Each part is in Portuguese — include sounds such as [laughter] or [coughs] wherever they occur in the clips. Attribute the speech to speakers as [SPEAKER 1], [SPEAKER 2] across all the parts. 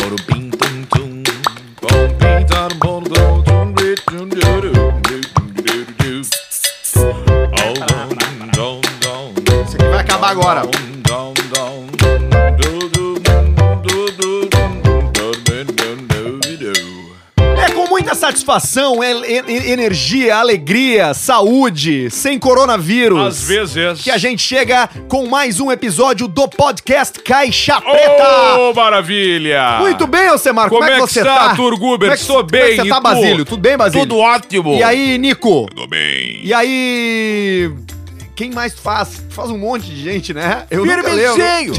[SPEAKER 1] Corupim, tum, tum. Com pintar bordão, tum, ri, tum, du, du, du, du, du, du. Oh, dom, dom, dom.
[SPEAKER 2] Isso aqui vai acabar agora.
[SPEAKER 1] Dom, dom, dom. Du, du, du, du, dum, dum, dum, dum, dum, dum.
[SPEAKER 3] É com muita satisfação, é, é- é- energia, alegria, saúde, sem coronavírus.
[SPEAKER 4] Às vezes.
[SPEAKER 3] Que a gente chega com mais um episódio do podcast Caixa Preta.
[SPEAKER 4] Ô, maravilha!
[SPEAKER 3] Muito bem, Alcemar, como,
[SPEAKER 4] Como é que
[SPEAKER 3] você
[SPEAKER 4] está,
[SPEAKER 3] tá?
[SPEAKER 4] Turguber?
[SPEAKER 3] Como é que,
[SPEAKER 4] Estou
[SPEAKER 3] Como é
[SPEAKER 4] bem,
[SPEAKER 3] que você
[SPEAKER 4] e
[SPEAKER 3] tá,
[SPEAKER 4] tu?
[SPEAKER 3] Basílio? Tudo bem, Basílio?
[SPEAKER 4] Tudo ótimo!
[SPEAKER 3] E aí, Nico?
[SPEAKER 1] Tudo bem.
[SPEAKER 3] E aí... Quem mais faz? Faz um monte de gente, né? Eu nunca
[SPEAKER 2] Firme e
[SPEAKER 3] lembro.
[SPEAKER 2] cheio.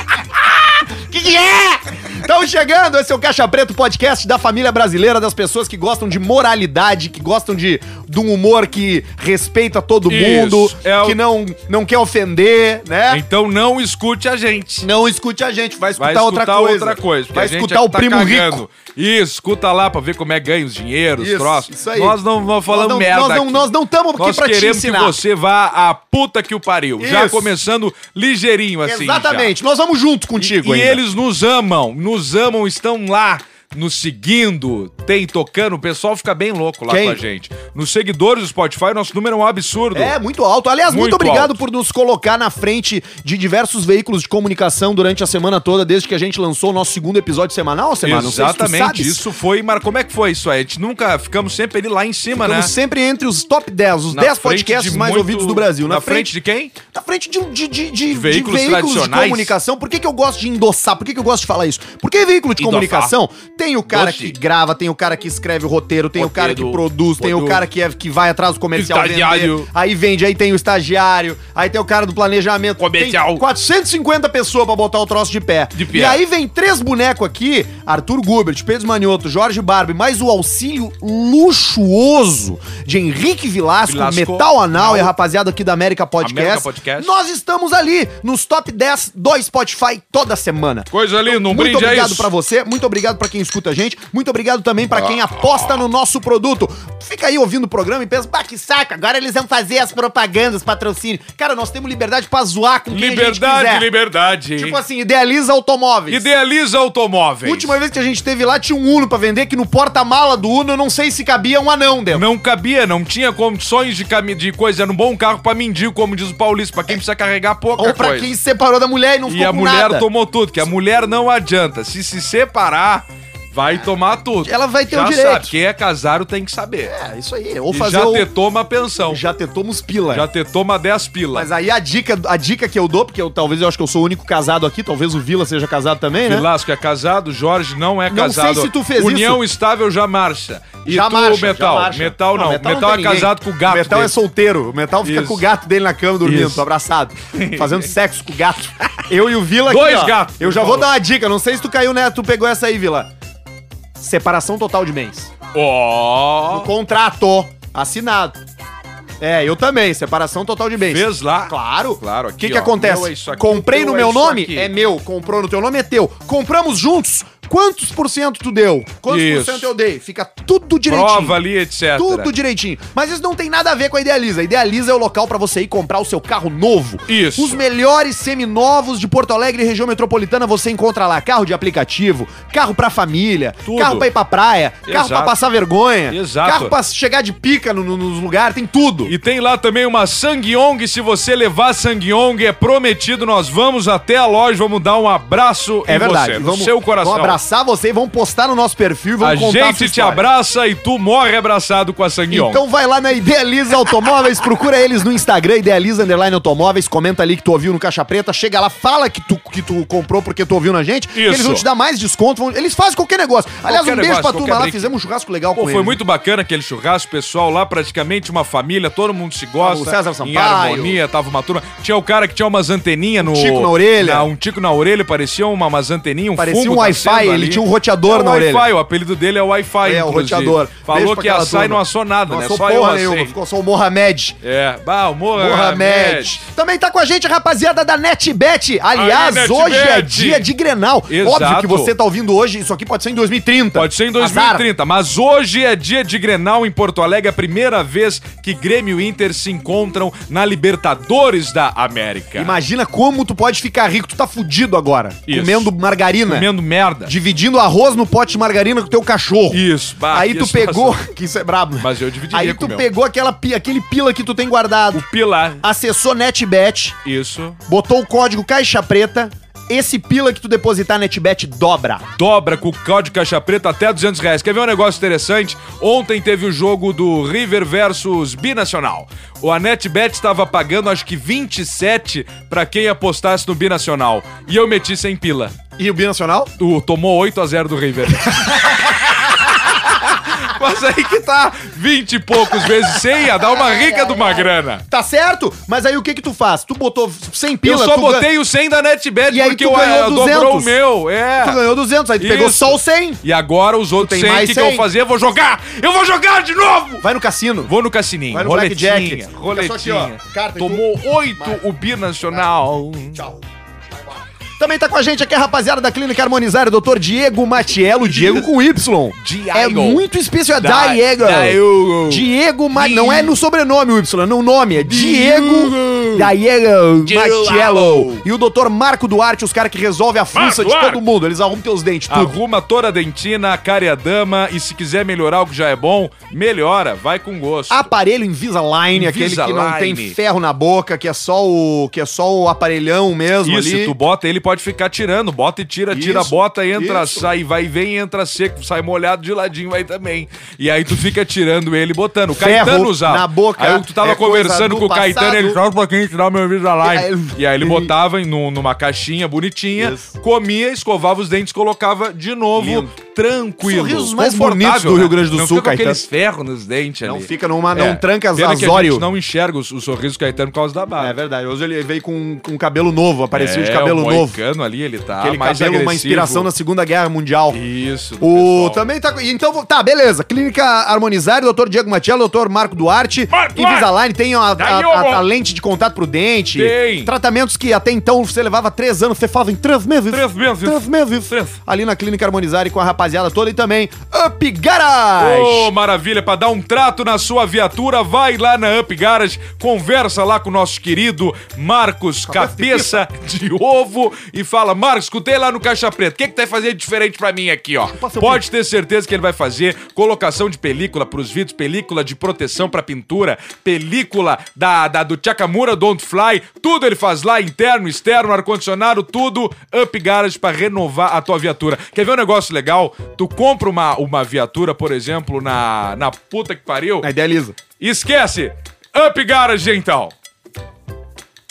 [SPEAKER 3] [laughs] que, que é? Estamos chegando, esse é o Caixa Preto Podcast da família brasileira, das pessoas que gostam de moralidade, que gostam de, de um humor que respeita todo
[SPEAKER 4] Isso,
[SPEAKER 3] mundo,
[SPEAKER 4] é o-
[SPEAKER 3] que não, não quer ofender, né?
[SPEAKER 4] Então não escute a gente.
[SPEAKER 3] Não escute a gente, vai escutar,
[SPEAKER 4] Vai escutar
[SPEAKER 3] outra coisa.
[SPEAKER 4] porque
[SPEAKER 3] vai
[SPEAKER 4] a gente
[SPEAKER 3] escutar
[SPEAKER 4] é que
[SPEAKER 3] o primo rico.
[SPEAKER 4] Isso, escuta lá pra ver como é que ganha os dinheiros,
[SPEAKER 3] Isso,
[SPEAKER 4] os troços.
[SPEAKER 3] isso aí.
[SPEAKER 4] Nós não, não falamos
[SPEAKER 3] Nós não-
[SPEAKER 4] merda.
[SPEAKER 3] nós não-
[SPEAKER 4] aqui.
[SPEAKER 3] nós não tamo aqui
[SPEAKER 4] Nós
[SPEAKER 3] pra te
[SPEAKER 4] queremos
[SPEAKER 3] ensinar.
[SPEAKER 4] que você vá à puta que o pariu. Já
[SPEAKER 3] Isso.
[SPEAKER 4] começando ligeirinho assim. já.
[SPEAKER 3] Exatamente, nós vamos junto contigo
[SPEAKER 4] E
[SPEAKER 3] ainda.
[SPEAKER 4] eles nos amam, nos amam, estão lá nos seguindo, tem tocando, o pessoal fica bem louco lá
[SPEAKER 3] Quem?
[SPEAKER 4] com a gente. Nos seguidores do Spotify, nosso número é um absurdo.
[SPEAKER 3] É, muito alto. Aliás, muito,
[SPEAKER 4] Muito
[SPEAKER 3] obrigado
[SPEAKER 4] alto.
[SPEAKER 3] por nos colocar na frente de diversos veículos de comunicação durante a semana toda, desde que a gente lançou o nosso segundo episódio semanal, semana. Não sei se tu
[SPEAKER 4] Exatamente,
[SPEAKER 3] sabes.
[SPEAKER 4] isso foi, Mar, como é que foi isso aí? A gente nunca ficamos sempre ali lá em cima,
[SPEAKER 3] Estamos
[SPEAKER 4] né?
[SPEAKER 3] sempre entre os top 10, os
[SPEAKER 4] Na
[SPEAKER 3] 10
[SPEAKER 4] frente
[SPEAKER 3] podcasts
[SPEAKER 4] de
[SPEAKER 3] mais
[SPEAKER 4] muito-
[SPEAKER 3] ouvidos do Brasil.
[SPEAKER 4] Na, frente, de quem?
[SPEAKER 3] na Tá frente de, um, de, de, de- de
[SPEAKER 4] veículos
[SPEAKER 3] veículos, de
[SPEAKER 4] tradicionais.
[SPEAKER 3] comunicação. Por que, que eu gosto de endossar? Por que, que eu gosto de falar isso? Porque veículo de
[SPEAKER 4] Endossar.
[SPEAKER 3] comunicação tem o cara
[SPEAKER 4] Doce.
[SPEAKER 3] que grava, tem o cara que escreve o roteiro, tem o cara que
[SPEAKER 4] Roteiro,
[SPEAKER 3] produz, tem o
[SPEAKER 4] roteiro.
[SPEAKER 3] cara que, é- que vai atrás do comercial
[SPEAKER 4] Estagiário.
[SPEAKER 3] vender, aí vende, aí tem o estagiário, aí tem o cara do planejamento.
[SPEAKER 4] Comercial.
[SPEAKER 3] Tem 450 pessoas pra botar o troço de pé.
[SPEAKER 4] De pé.
[SPEAKER 3] E aí vem três bonecos aqui, Arthur Gubert, Pedro Manioto, Jorge Barbie, mais o auxílio luxuoso de Henrique Vilasco,
[SPEAKER 4] Vilasco,
[SPEAKER 3] Metal Anal e a
[SPEAKER 4] Anal.
[SPEAKER 3] rapaziada aqui da América Podcast.
[SPEAKER 4] América Podcast.
[SPEAKER 3] Nós estamos ali nos top 10 do Spotify toda semana.
[SPEAKER 4] Coisa linda, um
[SPEAKER 3] Então, muito
[SPEAKER 4] brinde a
[SPEAKER 3] obrigado
[SPEAKER 4] isso.
[SPEAKER 3] pra você, muito obrigado pra quem escuta a gente, muito obrigado também pra quem aposta no nosso produto. Fica aí ouvindo o programa e pensa, bah, que saco, agora eles vão fazer as propagandas, patrocínio. Cara, nós temos liberdade pra zoar com quem a gente
[SPEAKER 4] Liberdade,
[SPEAKER 3] quiser.
[SPEAKER 4] liberdade.
[SPEAKER 3] Tipo assim, idealiza automóveis.
[SPEAKER 4] Idealiza automóveis.
[SPEAKER 3] Última vez que a gente teve lá tinha um Uno pra vender que no porta-mala do Uno eu não sei se cabia um anão dentro.
[SPEAKER 4] Não cabia, não tinha condições de, cami- de coisa. Era um bom carro pra mendigo, como diz o Paulista, pra quem precisa carregar pouca
[SPEAKER 3] Ou pra
[SPEAKER 4] é coisa.
[SPEAKER 3] quem se separou da mulher e não
[SPEAKER 4] E
[SPEAKER 3] ficou
[SPEAKER 4] a
[SPEAKER 3] com
[SPEAKER 4] mulher
[SPEAKER 3] nada.
[SPEAKER 4] tomou tudo, que a mulher não adianta. Se se separar, vai tomar tudo.
[SPEAKER 3] Ela vai ter o
[SPEAKER 4] Já
[SPEAKER 3] direito.
[SPEAKER 4] Sabe, quem é casado tem que saber.
[SPEAKER 3] É, isso aí. Ou
[SPEAKER 4] E
[SPEAKER 3] fazer
[SPEAKER 4] já
[SPEAKER 3] o...
[SPEAKER 4] te toma a pensão. Já,
[SPEAKER 3] Já te toma os pila.
[SPEAKER 4] te toma 10 pilas.
[SPEAKER 3] Mas aí a dica, a dica que eu dou, porque eu, talvez eu acho que eu sou o único casado aqui, talvez o Vila seja casado também, né?
[SPEAKER 4] Vilasco é casado, Jorge não é
[SPEAKER 3] Não sei
[SPEAKER 4] casado.
[SPEAKER 3] se tu fez
[SPEAKER 4] União estável já marcha. E
[SPEAKER 3] Já
[SPEAKER 4] tu,
[SPEAKER 3] marcha, já
[SPEAKER 4] metal.
[SPEAKER 3] marcha.
[SPEAKER 4] Metal não. metal
[SPEAKER 3] tem
[SPEAKER 4] é
[SPEAKER 3] ninguém.
[SPEAKER 4] casado com o gato.
[SPEAKER 3] Metal é
[SPEAKER 4] dele.
[SPEAKER 3] solteiro. O metal fica
[SPEAKER 4] Isso.
[SPEAKER 3] com o gato dele na cama dormindo,
[SPEAKER 4] Isso. [laughs]
[SPEAKER 3] abraçado, fazendo sexo com o gato. Eu e o Vila
[SPEAKER 4] Dois
[SPEAKER 3] ó,
[SPEAKER 4] gatos.
[SPEAKER 3] Eu já
[SPEAKER 4] Por
[SPEAKER 3] vou
[SPEAKER 4] favor.
[SPEAKER 3] dar uma dica, não sei se tu caiu, né? Tu pegou essa aí, Vila. Separação total de bens. No
[SPEAKER 4] Ó.
[SPEAKER 3] contrato assinado. É, eu também, separação total de bens.
[SPEAKER 4] Fez lá.
[SPEAKER 3] Claro.
[SPEAKER 4] Claro, aqui,
[SPEAKER 3] O que, que
[SPEAKER 4] ó.
[SPEAKER 3] acontece?
[SPEAKER 4] Meu é isso aqui,
[SPEAKER 3] Comprei
[SPEAKER 4] teu
[SPEAKER 3] no
[SPEAKER 4] é
[SPEAKER 3] meu
[SPEAKER 4] isso
[SPEAKER 3] nome?
[SPEAKER 4] aqui.
[SPEAKER 3] É meu. Comprou no teu nome? É teu. Compramos juntos? Quantos por cento tu deu? Quantos
[SPEAKER 4] Isso.
[SPEAKER 3] por cento eu dei? Fica tudo direitinho.
[SPEAKER 4] Prova ali, etc.
[SPEAKER 3] Tudo direitinho. Mas isso não tem nada a ver com a Idealiza. A Idealiza é o local pra você ir comprar o seu carro novo.
[SPEAKER 4] Isso.
[SPEAKER 3] Os melhores seminovos de Porto Alegre e região metropolitana você encontra lá. Carro de aplicativo, carro pra família,
[SPEAKER 4] Tudo.
[SPEAKER 3] carro pra ir pra praia, carro
[SPEAKER 4] Exato.
[SPEAKER 3] pra passar vergonha,
[SPEAKER 4] Exato.
[SPEAKER 3] carro pra chegar de pica no- no- nos lugares, tem tudo.
[SPEAKER 4] E tem lá também uma sanguiong. Se você levar sanguiong, é prometido. Nós vamos até a loja, vamos dar um abraço
[SPEAKER 3] É
[SPEAKER 4] em
[SPEAKER 3] verdade.
[SPEAKER 4] você, no seu coração.
[SPEAKER 3] Vamos abraçar você e vamos postar no nosso perfil e
[SPEAKER 4] a
[SPEAKER 3] vamos contar a sua
[SPEAKER 4] gente te
[SPEAKER 3] história.
[SPEAKER 4] abraça e tu morre abraçado com a sanguiong.
[SPEAKER 3] Então vai lá na Idealiza Automóveis, procura eles no Instagram, Idealiza Underline Automóveis, comenta ali que tu ouviu no Caixa Preta, chega lá, fala que tu, que tu comprou porque tu ouviu na gente, que eles
[SPEAKER 4] Isso.
[SPEAKER 3] vão te dar mais desconto, vão- eles fazem qualquer negócio. Aliás, um
[SPEAKER 4] Qualquer
[SPEAKER 3] beijo
[SPEAKER 4] negócio,
[SPEAKER 3] pra
[SPEAKER 4] qualquer
[SPEAKER 3] turma lá,
[SPEAKER 4] drink.
[SPEAKER 3] fizemos um churrasco legal
[SPEAKER 4] Pô,
[SPEAKER 3] com
[SPEAKER 4] foi
[SPEAKER 3] eles.
[SPEAKER 4] muito bacana aquele churrasco, pessoal. Lá praticamente uma família, todo mundo se gosta.
[SPEAKER 3] Tava Ah, o César
[SPEAKER 4] Em
[SPEAKER 3] Sampaio.
[SPEAKER 4] harmonia, tava uma turma. Tinha o cara que tinha umas anteninhas no.
[SPEAKER 3] tico na orelha.
[SPEAKER 4] na- um tico na orelha, parecia uma, umas anteninhas, um
[SPEAKER 3] Parecia
[SPEAKER 4] fungo
[SPEAKER 3] um Wi-Fi,
[SPEAKER 4] nascendo.
[SPEAKER 3] Wi-Fi, ele tinha um roteador
[SPEAKER 4] É o
[SPEAKER 3] na orelha.
[SPEAKER 4] Wi-Fi, o apelido dele é Wi-Fi.
[SPEAKER 3] É, o
[SPEAKER 4] inclusive.
[SPEAKER 3] roteador. Beijo
[SPEAKER 4] Falou
[SPEAKER 3] pra
[SPEAKER 4] que
[SPEAKER 3] aquela
[SPEAKER 4] assai
[SPEAKER 3] turma.
[SPEAKER 4] não assou nada,
[SPEAKER 3] Não
[SPEAKER 4] né?
[SPEAKER 3] sou
[SPEAKER 4] Só eu
[SPEAKER 3] porra
[SPEAKER 4] assei.
[SPEAKER 3] nenhuma, ficou só o Mohamed.
[SPEAKER 4] É, bah, o Mohamed.
[SPEAKER 3] Mohamed. Também tá com a gente, rapaziada, da NetBet. Aliás,
[SPEAKER 4] Aí,
[SPEAKER 3] hoje é
[SPEAKER 4] NetBet.
[SPEAKER 3] dia de Grenal.
[SPEAKER 4] Exato.
[SPEAKER 3] Óbvio que você tá ouvindo hoje, isso aqui pode ser em 2030.
[SPEAKER 4] Pode ser em
[SPEAKER 3] Azar.
[SPEAKER 4] 2030, mas hoje é dia de Grenal em Porto Alegre, é a primeira vez que Grêmio e Inter se encontram na Libertadores da América.
[SPEAKER 3] Imagina como tu pode ficar rico, tu tá fudido agora.
[SPEAKER 4] Isso.
[SPEAKER 3] Comendo margarina.
[SPEAKER 4] Comendo merda.
[SPEAKER 3] Dividindo arroz no pote de margarina com teu cachorro.
[SPEAKER 4] Isso, bah,
[SPEAKER 3] Aí
[SPEAKER 4] Ah, que
[SPEAKER 3] tu
[SPEAKER 4] situação.
[SPEAKER 3] pegou. Que [laughs] isso é brabo, né?
[SPEAKER 4] Mas eu dividiria
[SPEAKER 3] Aí
[SPEAKER 4] com
[SPEAKER 3] tu
[SPEAKER 4] o meu.
[SPEAKER 3] pegou aquela, pi- aquele pila que tu tem guardado,
[SPEAKER 4] O Pilar,
[SPEAKER 3] acessou NetBet,
[SPEAKER 4] isso,
[SPEAKER 3] botou o código Caixa Preta. Esse pila que tu depositar na NetBet dobra.
[SPEAKER 4] dobra com o código caixa preta até 200 reais. Quer ver um negócio interessante? Ontem teve o jogo do River versus Binacional. O Anetbet estava pagando acho que 27 pra quem apostasse no Binacional. E eu meti sem pila.
[SPEAKER 3] E o Binacional?
[SPEAKER 4] Tu tomou 8 a 0 do River. [laughs] Mas aí que tá 20 e poucos vezes sem ia dar uma rica de uma grana.
[SPEAKER 3] Tá certo? Mas aí o que que tu faz? Tu botou 100
[SPEAKER 4] Eu
[SPEAKER 3] pila,
[SPEAKER 4] só
[SPEAKER 3] tu
[SPEAKER 4] botei o 100 da NetBet
[SPEAKER 3] E aí
[SPEAKER 4] porque
[SPEAKER 3] tu
[SPEAKER 4] eu,
[SPEAKER 3] ganhou
[SPEAKER 4] eu dobrou o
[SPEAKER 3] 200.
[SPEAKER 4] meu. É.
[SPEAKER 3] Tu ganhou 200, aí tu pegou
[SPEAKER 4] Isso.
[SPEAKER 3] só o 100.
[SPEAKER 4] E agora os outros
[SPEAKER 3] Tem
[SPEAKER 4] 100, o
[SPEAKER 3] mais
[SPEAKER 4] que, que eu
[SPEAKER 3] 100?
[SPEAKER 4] vou fazer? Eu vou jogar! Eu vou jogar de novo!
[SPEAKER 3] Vai no cassino.
[SPEAKER 4] Vou no cassininho.
[SPEAKER 3] Vai no
[SPEAKER 4] roletinha,
[SPEAKER 3] blackjack. Fica
[SPEAKER 4] roletinha.
[SPEAKER 3] só aqui, ó. Carta e
[SPEAKER 4] Tomou 8 o Binacional.
[SPEAKER 3] Tchau. Também tá com a gente aqui a rapaziada da Clínica Harmonizária, Dr. Diego Matiello, Diego com Y.
[SPEAKER 4] Diego.
[SPEAKER 3] É muito especial, é
[SPEAKER 4] Da-
[SPEAKER 3] Diego.
[SPEAKER 4] Diego.
[SPEAKER 3] Diego, Ma... não é no sobrenome o Y, no nome, é Diego Diego Matiello. E o Dr. Marco Duarte, os caras que resolvem a fuça
[SPEAKER 4] Marco
[SPEAKER 3] de todo
[SPEAKER 4] Duarte. Ah,
[SPEAKER 3] mundo, eles arrumam teus dentes, tudo.
[SPEAKER 4] Arruma toda a dentina, a cariadama e se quiser melhorar o que já é bom, melhora, vai com gosto.
[SPEAKER 3] Aparelho Invisalign, aquele que não tem
[SPEAKER 4] Invisalign.
[SPEAKER 3] ferro na boca, que é só o que é só o aparelhão mesmo
[SPEAKER 4] Isso,
[SPEAKER 3] ali.
[SPEAKER 4] tu bota, ele pode ficar tirando, bota e tira, tira,
[SPEAKER 3] Isso,
[SPEAKER 4] bota, entra,
[SPEAKER 3] isso.
[SPEAKER 4] sai, vai, e vem, entra seco, sai molhado de ladinho, vai também. E aí tu fica tirando ele, e botando. O
[SPEAKER 3] Ferro
[SPEAKER 4] Caetano usava.
[SPEAKER 3] na boca
[SPEAKER 4] Aí tu tava
[SPEAKER 3] é coisa
[SPEAKER 4] conversando
[SPEAKER 3] do
[SPEAKER 4] com o Caetano,
[SPEAKER 3] passado.
[SPEAKER 4] ele um traz pra quem tirar meu vídeo da
[SPEAKER 3] Aí ele-
[SPEAKER 4] live. E aí ele botava em, num- numa caixinha bonitinha,
[SPEAKER 3] Isso.
[SPEAKER 4] comia, escovava os dentes, colocava de novo,
[SPEAKER 3] Lindo.
[SPEAKER 4] tranquilo.
[SPEAKER 3] Sorrisos mais
[SPEAKER 4] Confortável, né?
[SPEAKER 3] bonitos do Rio Grande do
[SPEAKER 4] não
[SPEAKER 3] Sul,
[SPEAKER 4] fica com aqueles
[SPEAKER 3] Caetano.
[SPEAKER 4] ferros nos dentes
[SPEAKER 3] Não
[SPEAKER 4] ali.
[SPEAKER 3] fica numa, não
[SPEAKER 4] É.
[SPEAKER 3] tranca as
[SPEAKER 4] Pena que a
[SPEAKER 3] azório.
[SPEAKER 4] gente não enxerga o, o sorriso do Caetano por causa da barba.
[SPEAKER 3] É verdade. Hoje ele veio com, com cabelo novo, aparecido de
[SPEAKER 4] É,
[SPEAKER 3] cabelo
[SPEAKER 4] o
[SPEAKER 3] novo.
[SPEAKER 4] Moicano ali, ele tá
[SPEAKER 3] Aquele
[SPEAKER 4] mais
[SPEAKER 3] cabelo, uma
[SPEAKER 4] agressivo.
[SPEAKER 3] inspiração na Segunda Guerra Mundial.
[SPEAKER 4] Isso. do
[SPEAKER 3] O
[SPEAKER 4] pessoal.
[SPEAKER 3] também tá. Então, vou- tá, beleza. Clínica Harmonizário, Dr. Diego Matiello, Dr. Marco Duarte.
[SPEAKER 4] Marco
[SPEAKER 3] Invisalign tem a, a-
[SPEAKER 4] Daí eu
[SPEAKER 3] a-
[SPEAKER 4] vou.
[SPEAKER 3] a lente de contato pro dente.
[SPEAKER 4] Tem.
[SPEAKER 3] Tratamentos que até então você levava três anos, você falava em três meses.
[SPEAKER 4] Três meses.
[SPEAKER 3] Três meses.
[SPEAKER 4] Três.
[SPEAKER 3] Ali na Clínica Harmonizário com a rapaziada toda e também Up Garage.
[SPEAKER 4] Ô, maravilha, pra dar um trato na sua viatura, vai lá na Up Garage, conversa lá com o nosso querido Marcos
[SPEAKER 3] Tá
[SPEAKER 4] Cabeça de Ovo e fala, Marcos, escutei lá no Caixa Preta, o que que tá fazendo de diferente pra mim aqui, ó?
[SPEAKER 3] Posso ouvir?
[SPEAKER 4] Pode ter certeza que ele vai fazer colocação de película pros vidros, película de proteção pra pintura, película da, da do Chakamura Don't Fly, tudo ele faz lá, interno, externo, ar-condicionado, tudo Up Garage pra renovar a tua viatura. Quer ver um negócio legal? Tu compra uma, uma viatura, por exemplo, na, na puta que pariu,
[SPEAKER 3] A ideia é lisa.
[SPEAKER 4] esquece! Up Garage, então!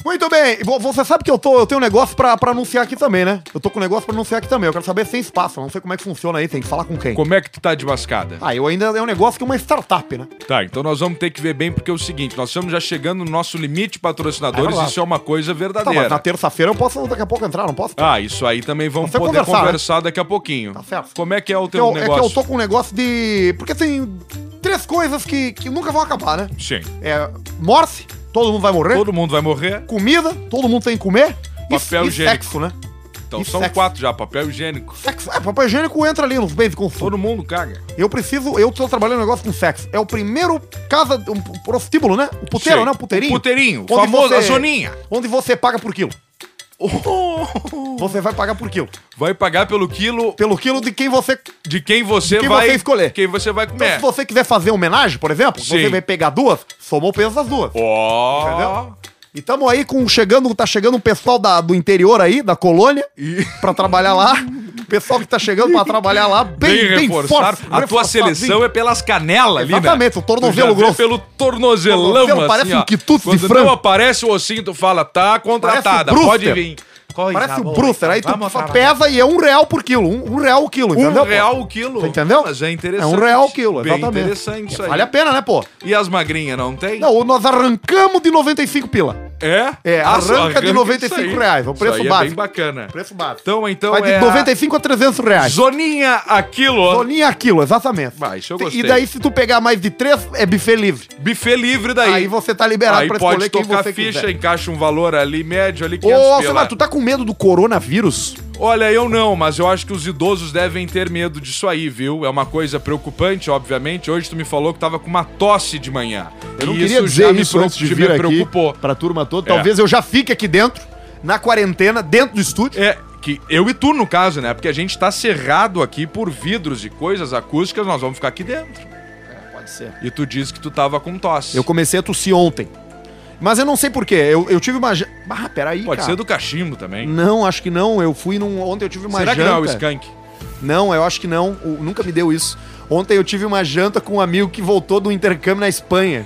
[SPEAKER 3] Muito bem, E vo- você sabe que eu, tô, eu tenho um negócio pra, pra anunciar aqui também, né? Eu tô com um negócio pra anunciar aqui também. Eu quero saber sem espaço, eu não sei como é que funciona aí, tem que falar com quem.
[SPEAKER 4] Como é que tu tá de mascada?
[SPEAKER 3] Ah, eu ainda é um negócio que é uma startup, né?
[SPEAKER 4] Tá, então nós vamos ter que ver bem, porque é o seguinte, nós estamos já chegando no nosso limite de patrocinadores,
[SPEAKER 3] Ah, lá.
[SPEAKER 4] isso é uma coisa
[SPEAKER 3] Tá, mas
[SPEAKER 4] verdadeira.
[SPEAKER 3] na terça-feira eu posso daqui a pouco entrar, não posso?
[SPEAKER 4] Ah, isso aí também vamos
[SPEAKER 3] Você
[SPEAKER 4] poder
[SPEAKER 3] conversar,
[SPEAKER 4] conversar,
[SPEAKER 3] né?
[SPEAKER 4] daqui a pouquinho.
[SPEAKER 3] Tá certo.
[SPEAKER 4] Como é que é o
[SPEAKER 3] Porque
[SPEAKER 4] teu
[SPEAKER 3] eu- é que eu
[SPEAKER 4] negócio?
[SPEAKER 3] tô com um negócio de. Porque tem três coisas que, que nunca vão acabar, né?
[SPEAKER 4] Sim.
[SPEAKER 3] É morse, todo mundo vai morrer.
[SPEAKER 4] Todo mundo vai morrer.
[SPEAKER 3] Comida, todo mundo tem que comer. E-
[SPEAKER 4] Papel
[SPEAKER 3] e,
[SPEAKER 4] higiênico.
[SPEAKER 3] sexo, né?
[SPEAKER 4] Então
[SPEAKER 3] E
[SPEAKER 4] são
[SPEAKER 3] sexo?
[SPEAKER 4] quatro já, papel higiênico.
[SPEAKER 3] Sexo. É, papel higiênico entra ali nos bens de consumo.
[SPEAKER 4] Todo mundo caga.
[SPEAKER 3] Eu preciso, eu tô trabalhando um negócio com sexo. É o primeiro casa, um p- prostíbulo, né? O puteiro,
[SPEAKER 4] Sim.
[SPEAKER 3] né? O puteirinho.
[SPEAKER 4] O puteirinho,
[SPEAKER 3] Onde
[SPEAKER 4] famoso,
[SPEAKER 3] você- Oh.
[SPEAKER 4] a zoninha.
[SPEAKER 3] Onde você paga por quilo. Você vai pagar por quilo.
[SPEAKER 4] [laughs] Vai pagar pelo quilo
[SPEAKER 3] Pelo quilo de quem você...
[SPEAKER 4] de quem você
[SPEAKER 3] Quem
[SPEAKER 4] vai...
[SPEAKER 3] você escolher.
[SPEAKER 4] Quem você vai
[SPEAKER 3] Então,
[SPEAKER 4] comer.
[SPEAKER 3] se você quiser fazer homenagem, por exemplo, você
[SPEAKER 4] É. Sim.
[SPEAKER 3] vai pegar duas, somou o peso das duas.
[SPEAKER 4] Ó...
[SPEAKER 3] E tamo aí com chegando, tá chegando um pessoal da- do interior aí, da colônia, pra trabalhar lá. O pessoal que tá chegando pra trabalhar lá, bem,
[SPEAKER 4] Bem,
[SPEAKER 3] bem,
[SPEAKER 4] reforçado.
[SPEAKER 3] forte,
[SPEAKER 4] a tua
[SPEAKER 3] reforçadinho.
[SPEAKER 4] seleção é pelas canelas ali, né?
[SPEAKER 3] Exatamente, o tornozelo
[SPEAKER 4] Tu já vê
[SPEAKER 3] grosso.
[SPEAKER 4] Pelo tornozelão,
[SPEAKER 3] Tornozelo,
[SPEAKER 4] assim,
[SPEAKER 3] parece um
[SPEAKER 4] ó.
[SPEAKER 3] quitute de
[SPEAKER 4] Quando
[SPEAKER 3] frango.
[SPEAKER 4] não aparece o ossinho, tu fala, tá contratada,
[SPEAKER 3] Parece o
[SPEAKER 4] pode
[SPEAKER 3] Brewster.
[SPEAKER 4] vir. Tá
[SPEAKER 3] Parece o Brewster.
[SPEAKER 4] então
[SPEAKER 3] Aí tu pesa e é um real por quilo. Um, um real o quilo,
[SPEAKER 4] Um
[SPEAKER 3] entendeu? pô?
[SPEAKER 4] real o quilo.
[SPEAKER 3] Você entendeu?
[SPEAKER 4] Mas é interessante.
[SPEAKER 3] É um real o quilo,
[SPEAKER 4] Bem
[SPEAKER 3] exatamente.
[SPEAKER 4] interessante isso aí.
[SPEAKER 3] Vale a pena, né, pô?
[SPEAKER 4] E as magrinhas, não tem?
[SPEAKER 3] Não, nós arrancamos de 95 pila.
[SPEAKER 4] É?
[SPEAKER 3] É,
[SPEAKER 4] Ah, só
[SPEAKER 3] arranca de
[SPEAKER 4] isso
[SPEAKER 3] 95
[SPEAKER 4] aí.
[SPEAKER 3] reais, o
[SPEAKER 4] Isso
[SPEAKER 3] preço
[SPEAKER 4] aí É bem
[SPEAKER 3] básico.
[SPEAKER 4] bacana.
[SPEAKER 3] Preço básico.
[SPEAKER 4] Então, então
[SPEAKER 3] Vai de
[SPEAKER 4] é a
[SPEAKER 3] 95 a 300 reais.
[SPEAKER 4] Zoninha aquilo.
[SPEAKER 3] Zoninha aquilo, exatamente.
[SPEAKER 4] Vai, isso eu
[SPEAKER 3] E
[SPEAKER 4] gostei.
[SPEAKER 3] daí, se tu pegar mais de três, é buffet livre.
[SPEAKER 4] Buffet livre
[SPEAKER 3] Aí,
[SPEAKER 4] daí.
[SPEAKER 3] você tá liberado
[SPEAKER 4] Aí
[SPEAKER 3] pra
[SPEAKER 4] pode
[SPEAKER 3] escolher quem
[SPEAKER 4] tocar
[SPEAKER 3] você
[SPEAKER 4] ficha,
[SPEAKER 3] quiser.
[SPEAKER 4] encaixa um valor ali médio ali
[SPEAKER 3] Ô,
[SPEAKER 4] 500
[SPEAKER 3] Alcemar,
[SPEAKER 4] pila.
[SPEAKER 3] tu tá com medo do coronavírus?
[SPEAKER 4] Olha, eu não, mas eu acho que os idosos devem ter medo disso aí, viu? É uma coisa preocupante, obviamente. Hoje tu me falou que tava com uma tosse de manhã.
[SPEAKER 3] Eu não
[SPEAKER 4] E
[SPEAKER 3] queria dizer
[SPEAKER 4] me
[SPEAKER 3] isso antes de
[SPEAKER 4] preocu-
[SPEAKER 3] vir
[SPEAKER 4] me
[SPEAKER 3] aqui
[SPEAKER 4] preocupou.
[SPEAKER 3] pra turma toda.
[SPEAKER 4] É.
[SPEAKER 3] Talvez eu já fique aqui dentro, na quarentena, dentro do estúdio.
[SPEAKER 4] É, que eu e tu, no caso, né? Porque a gente tá cerrado aqui por vidros e coisas acústicas, nós vamos ficar aqui dentro.
[SPEAKER 3] Pode ser.
[SPEAKER 4] E tu disse que tu tava com tosse.
[SPEAKER 3] Eu comecei a tossir ontem. Mas eu não sei porquê. Eu, eu tive uma... ja- Ah, peraí,
[SPEAKER 4] Pode
[SPEAKER 3] cara.
[SPEAKER 4] ser do cachimbo também.
[SPEAKER 3] Não, acho que não. Eu fui num... Ontem eu tive uma
[SPEAKER 4] Será
[SPEAKER 3] janta...
[SPEAKER 4] que não é o skunk?
[SPEAKER 3] Não, eu acho que não. O- nunca me deu isso. Ontem eu tive uma janta com um amigo que voltou do intercâmbio na Espanha.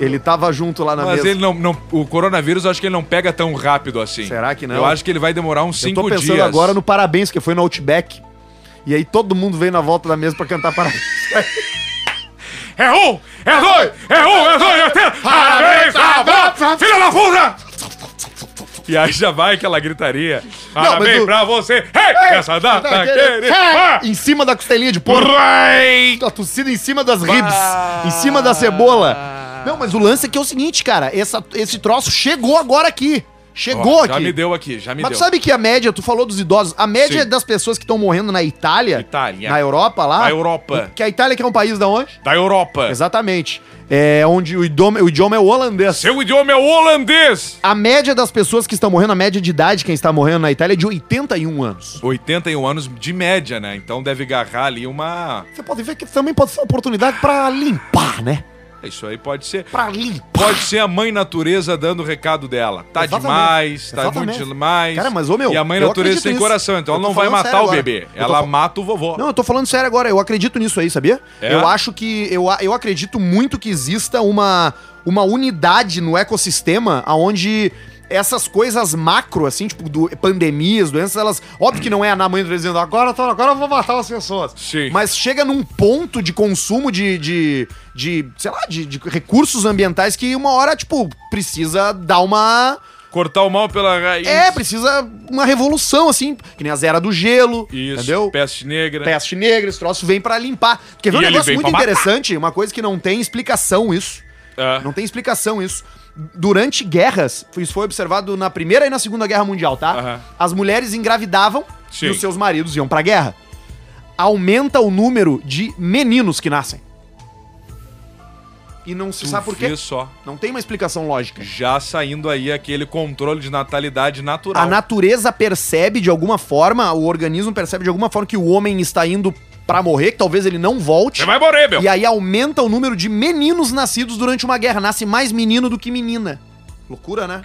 [SPEAKER 3] Ele tava junto lá na
[SPEAKER 4] Mas
[SPEAKER 3] mesa.
[SPEAKER 4] ele não, não- O coronavírus eu acho que ele não pega tão rápido assim.
[SPEAKER 3] Será que não?
[SPEAKER 4] Eu acho que ele vai demorar uns
[SPEAKER 3] eu
[SPEAKER 4] cinco
[SPEAKER 3] tô
[SPEAKER 4] dias.
[SPEAKER 3] pensando agora no Parabéns, que foi no Outback. E aí todo mundo veio na volta da mesa pra cantar
[SPEAKER 4] [laughs]
[SPEAKER 3] Parabéns.
[SPEAKER 4] É um, é dois, é um, é dois, é três. Parabéns, avó, filha da puta! E aí já vai aquela gritaria.
[SPEAKER 3] mas
[SPEAKER 4] Parabéns
[SPEAKER 3] o-
[SPEAKER 4] pra você. Ei, essa data querida.
[SPEAKER 3] Ah! em cima da costelinha de porco.
[SPEAKER 4] Vai!
[SPEAKER 3] A tossida em cima das ribs.
[SPEAKER 4] Bah!
[SPEAKER 3] Em cima da cebola. Não, mas o lance é que é o seguinte, cara. Essa, esse troço chegou agora aqui. Chegou
[SPEAKER 4] Ó,
[SPEAKER 3] aqui.
[SPEAKER 4] Já me deu aqui, já me
[SPEAKER 3] Mas tu
[SPEAKER 4] deu.
[SPEAKER 3] sabe que a média, tu falou dos idosos, a média
[SPEAKER 4] Sim.
[SPEAKER 3] das pessoas que estão morrendo na Itália,
[SPEAKER 4] Itália.
[SPEAKER 3] na Europa lá.
[SPEAKER 4] Na Europa.
[SPEAKER 3] Que a Itália que é um país da onde?
[SPEAKER 4] Da Europa.
[SPEAKER 3] Exatamente. É onde o idioma, o idioma é o holandês.
[SPEAKER 4] Seu idioma é o holandês.
[SPEAKER 3] A média das pessoas que estão morrendo, a média de idade quem está morrendo na Itália é de 81 anos.
[SPEAKER 4] 81 anos de média, né? Então deve agarrar ali uma.
[SPEAKER 3] Você pode ver que também pode ser uma oportunidade pra limpar, né?
[SPEAKER 4] É, Isso aí pode ser.
[SPEAKER 3] Pra limpar.
[SPEAKER 4] Pode ser a mãe natureza dando o recado dela. Tá
[SPEAKER 3] Exatamente.
[SPEAKER 4] demais, tá
[SPEAKER 3] Exatamente.
[SPEAKER 4] muito demais.
[SPEAKER 3] Cara, mas, ô, meu,
[SPEAKER 4] E a mãe
[SPEAKER 3] eu
[SPEAKER 4] natureza
[SPEAKER 3] acredito
[SPEAKER 4] tem
[SPEAKER 3] nisso.
[SPEAKER 4] coração, então
[SPEAKER 3] Eu
[SPEAKER 4] ela
[SPEAKER 3] tô
[SPEAKER 4] não vai
[SPEAKER 3] falando
[SPEAKER 4] matar
[SPEAKER 3] sério
[SPEAKER 4] o
[SPEAKER 3] agora.
[SPEAKER 4] bebê.
[SPEAKER 3] Eu tô
[SPEAKER 4] Ela
[SPEAKER 3] fal-
[SPEAKER 4] mata o vovô.
[SPEAKER 3] Não, eu tô falando sério agora, eu acredito nisso aí, sabia?
[SPEAKER 4] É?
[SPEAKER 3] Eu acho que eu, a- eu acredito muito que exista uma uma unidade no ecossistema aonde essas coisas macro, assim, tipo, do, pandemias, doenças, elas. Óbvio que não é a Ana Mãe dizendo, agora, eu tô- agora eu vou matar as pessoas.
[SPEAKER 4] Sim.
[SPEAKER 3] Mas chega num ponto de consumo de. de, de sei lá, de, de recursos ambientais que uma hora, tipo, precisa dar uma.
[SPEAKER 4] Cortar o mal pela raiz.
[SPEAKER 3] É, precisa uma revolução, assim, que nem a Zera do Gelo.
[SPEAKER 4] Isso,
[SPEAKER 3] Entendeu?
[SPEAKER 4] peste negra.
[SPEAKER 3] Peste negra, esse troço vem pra limpar. Quer
[SPEAKER 4] E
[SPEAKER 3] ver um
[SPEAKER 4] ele
[SPEAKER 3] negócio
[SPEAKER 4] vem
[SPEAKER 3] muito
[SPEAKER 4] pra matar.
[SPEAKER 3] interessante? Uma coisa que não tem explicação isso.
[SPEAKER 4] É.
[SPEAKER 3] Não tem explicação isso. Durante guerras, isso foi observado na Primeira e na Segunda Guerra Mundial, tá?
[SPEAKER 4] Aham.
[SPEAKER 3] As mulheres engravidavam
[SPEAKER 4] Sim.
[SPEAKER 3] e os seus maridos iam pra guerra. Aumenta o número de meninos que nascem. E não se
[SPEAKER 4] Tu
[SPEAKER 3] sabe por quê.
[SPEAKER 4] vê só.
[SPEAKER 3] Não tem uma explicação lógica.
[SPEAKER 4] Já saindo aí aquele controle de natalidade natural.
[SPEAKER 3] A natureza percebe de alguma forma, o organismo percebe de alguma forma que o homem está indo pra morrer, que talvez ele não volte.
[SPEAKER 4] Você vai morrer, meu.
[SPEAKER 3] E aí aumenta o número de meninos nascidos durante uma guerra. Nasce mais menino do que menina. Loucura, né?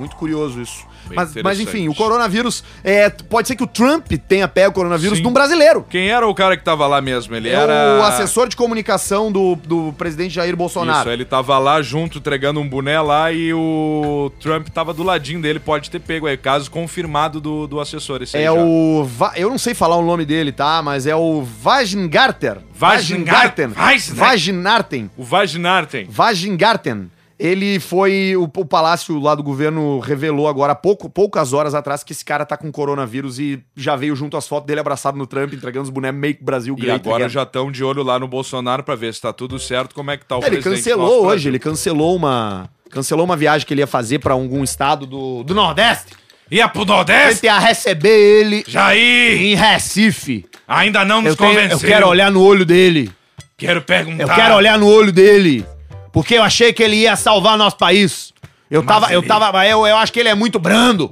[SPEAKER 3] Muito curioso isso.
[SPEAKER 4] Bem
[SPEAKER 3] Mas, mas
[SPEAKER 4] interessante.
[SPEAKER 3] enfim, o coronavírus. É, pode ser que o Trump tenha pé o coronavírus
[SPEAKER 4] Sim.
[SPEAKER 3] de um brasileiro.
[SPEAKER 4] Quem era o cara que tava lá mesmo? Ele
[SPEAKER 3] É
[SPEAKER 4] era.
[SPEAKER 3] o assessor de comunicação do, do presidente Jair
[SPEAKER 4] Isso,
[SPEAKER 3] Bolsonaro.
[SPEAKER 4] ele tava lá junto, entregando um boné lá e o Trump tava do ladinho dele, pode ter pego aí. Caso confirmado do, do assessor, esse aí
[SPEAKER 3] é
[SPEAKER 4] já.
[SPEAKER 3] o. Va- Eu não sei falar o nome dele, tá? Mas é o Vagingarter.
[SPEAKER 4] Vagingarten.
[SPEAKER 3] Vagingarten. Vaginarten.
[SPEAKER 4] O Vaginarten.
[SPEAKER 3] Vagingarten. Ele foi. O, o palácio lá do governo revelou agora, há pouco, poucas horas atrás, que esse cara tá com coronavírus e já veio junto as fotos dele abraçado no Trump, entregando os bonecos Make Brasil
[SPEAKER 4] E
[SPEAKER 3] Great.
[SPEAKER 4] agora
[SPEAKER 3] again.
[SPEAKER 4] já estão de olho lá no Bolsonaro pra ver se tá tudo certo, como é que tá o
[SPEAKER 3] Ele
[SPEAKER 4] presidente
[SPEAKER 3] cancelou
[SPEAKER 4] nosso
[SPEAKER 3] hoje,
[SPEAKER 4] Brasil.
[SPEAKER 3] ele cancelou uma. Cancelou uma viagem que ele ia fazer pra algum estado do, do Nordeste.
[SPEAKER 4] Ia pro
[SPEAKER 3] Eu
[SPEAKER 4] Nordeste?
[SPEAKER 3] ia receber ele
[SPEAKER 4] Jair,
[SPEAKER 3] em Recife.
[SPEAKER 4] ainda não
[SPEAKER 3] Eu, tenho- eu quero olhar no olho dele.
[SPEAKER 4] Quero perguntar.
[SPEAKER 3] Eu quero olhar no olho dele. Porque eu achei que ele ia salvar nosso país. Eu tava. Eu
[SPEAKER 4] ele-
[SPEAKER 3] tava. Eu, eu acho que ele é muito brando.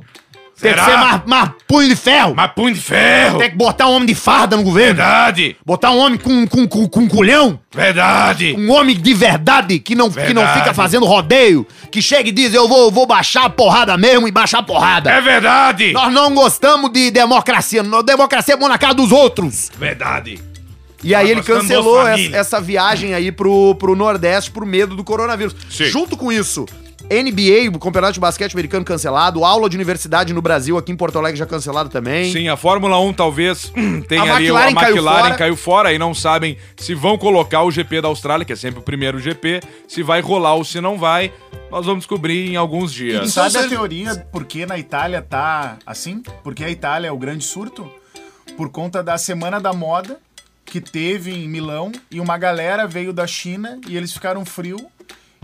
[SPEAKER 3] Tem que
[SPEAKER 4] Será?
[SPEAKER 3] ser mais, mais punho de ferro.
[SPEAKER 4] Mas punho de ferro.
[SPEAKER 3] Tem que botar um homem de farda no governo.
[SPEAKER 4] Verdade,
[SPEAKER 3] Botar um homem com, com, com, com culhão.
[SPEAKER 4] verdade.
[SPEAKER 3] Um homem de verdade que não, que não
[SPEAKER 4] Verdade.
[SPEAKER 3] fica fazendo rodeio. Que chega e diz: eu vou, vou baixar a porrada mesmo e baixar a porrada.
[SPEAKER 4] É. verdade.
[SPEAKER 3] Nós não gostamos de democracia. Nós- Democracia é bom na casa dos outros.
[SPEAKER 4] Verdade.
[SPEAKER 3] E aí
[SPEAKER 4] Tá
[SPEAKER 3] ele
[SPEAKER 4] gostando do
[SPEAKER 3] cancelou
[SPEAKER 4] Família.
[SPEAKER 3] essa, essa viagem aí pro, pro Nordeste por medo do coronavírus.
[SPEAKER 4] Sim.
[SPEAKER 3] Junto com isso, NBA, o campeonato de basquete americano cancelado, aula de universidade no Brasil, aqui em Porto Alegre já cancelado também.
[SPEAKER 4] Sim, a Fórmula 1 talvez [clears throat] tem
[SPEAKER 3] A
[SPEAKER 4] ali o-
[SPEAKER 3] McLaren
[SPEAKER 4] a
[SPEAKER 3] caiu
[SPEAKER 4] McLaren
[SPEAKER 3] fora.
[SPEAKER 4] caiu fora e não sabem se vão colocar o GP da Austrália, que é sempre o primeiro GP, se vai rolar ou se não vai. Nós vamos descobrir em alguns
[SPEAKER 2] E
[SPEAKER 4] dias.
[SPEAKER 2] sabe
[SPEAKER 3] se
[SPEAKER 2] a
[SPEAKER 3] ele-
[SPEAKER 2] teoria por que na Itália tá assim? Porque a Itália é o grande surto? Por conta da Semana da Moda que teve em Milão e uma galera veio da China e eles ficaram frio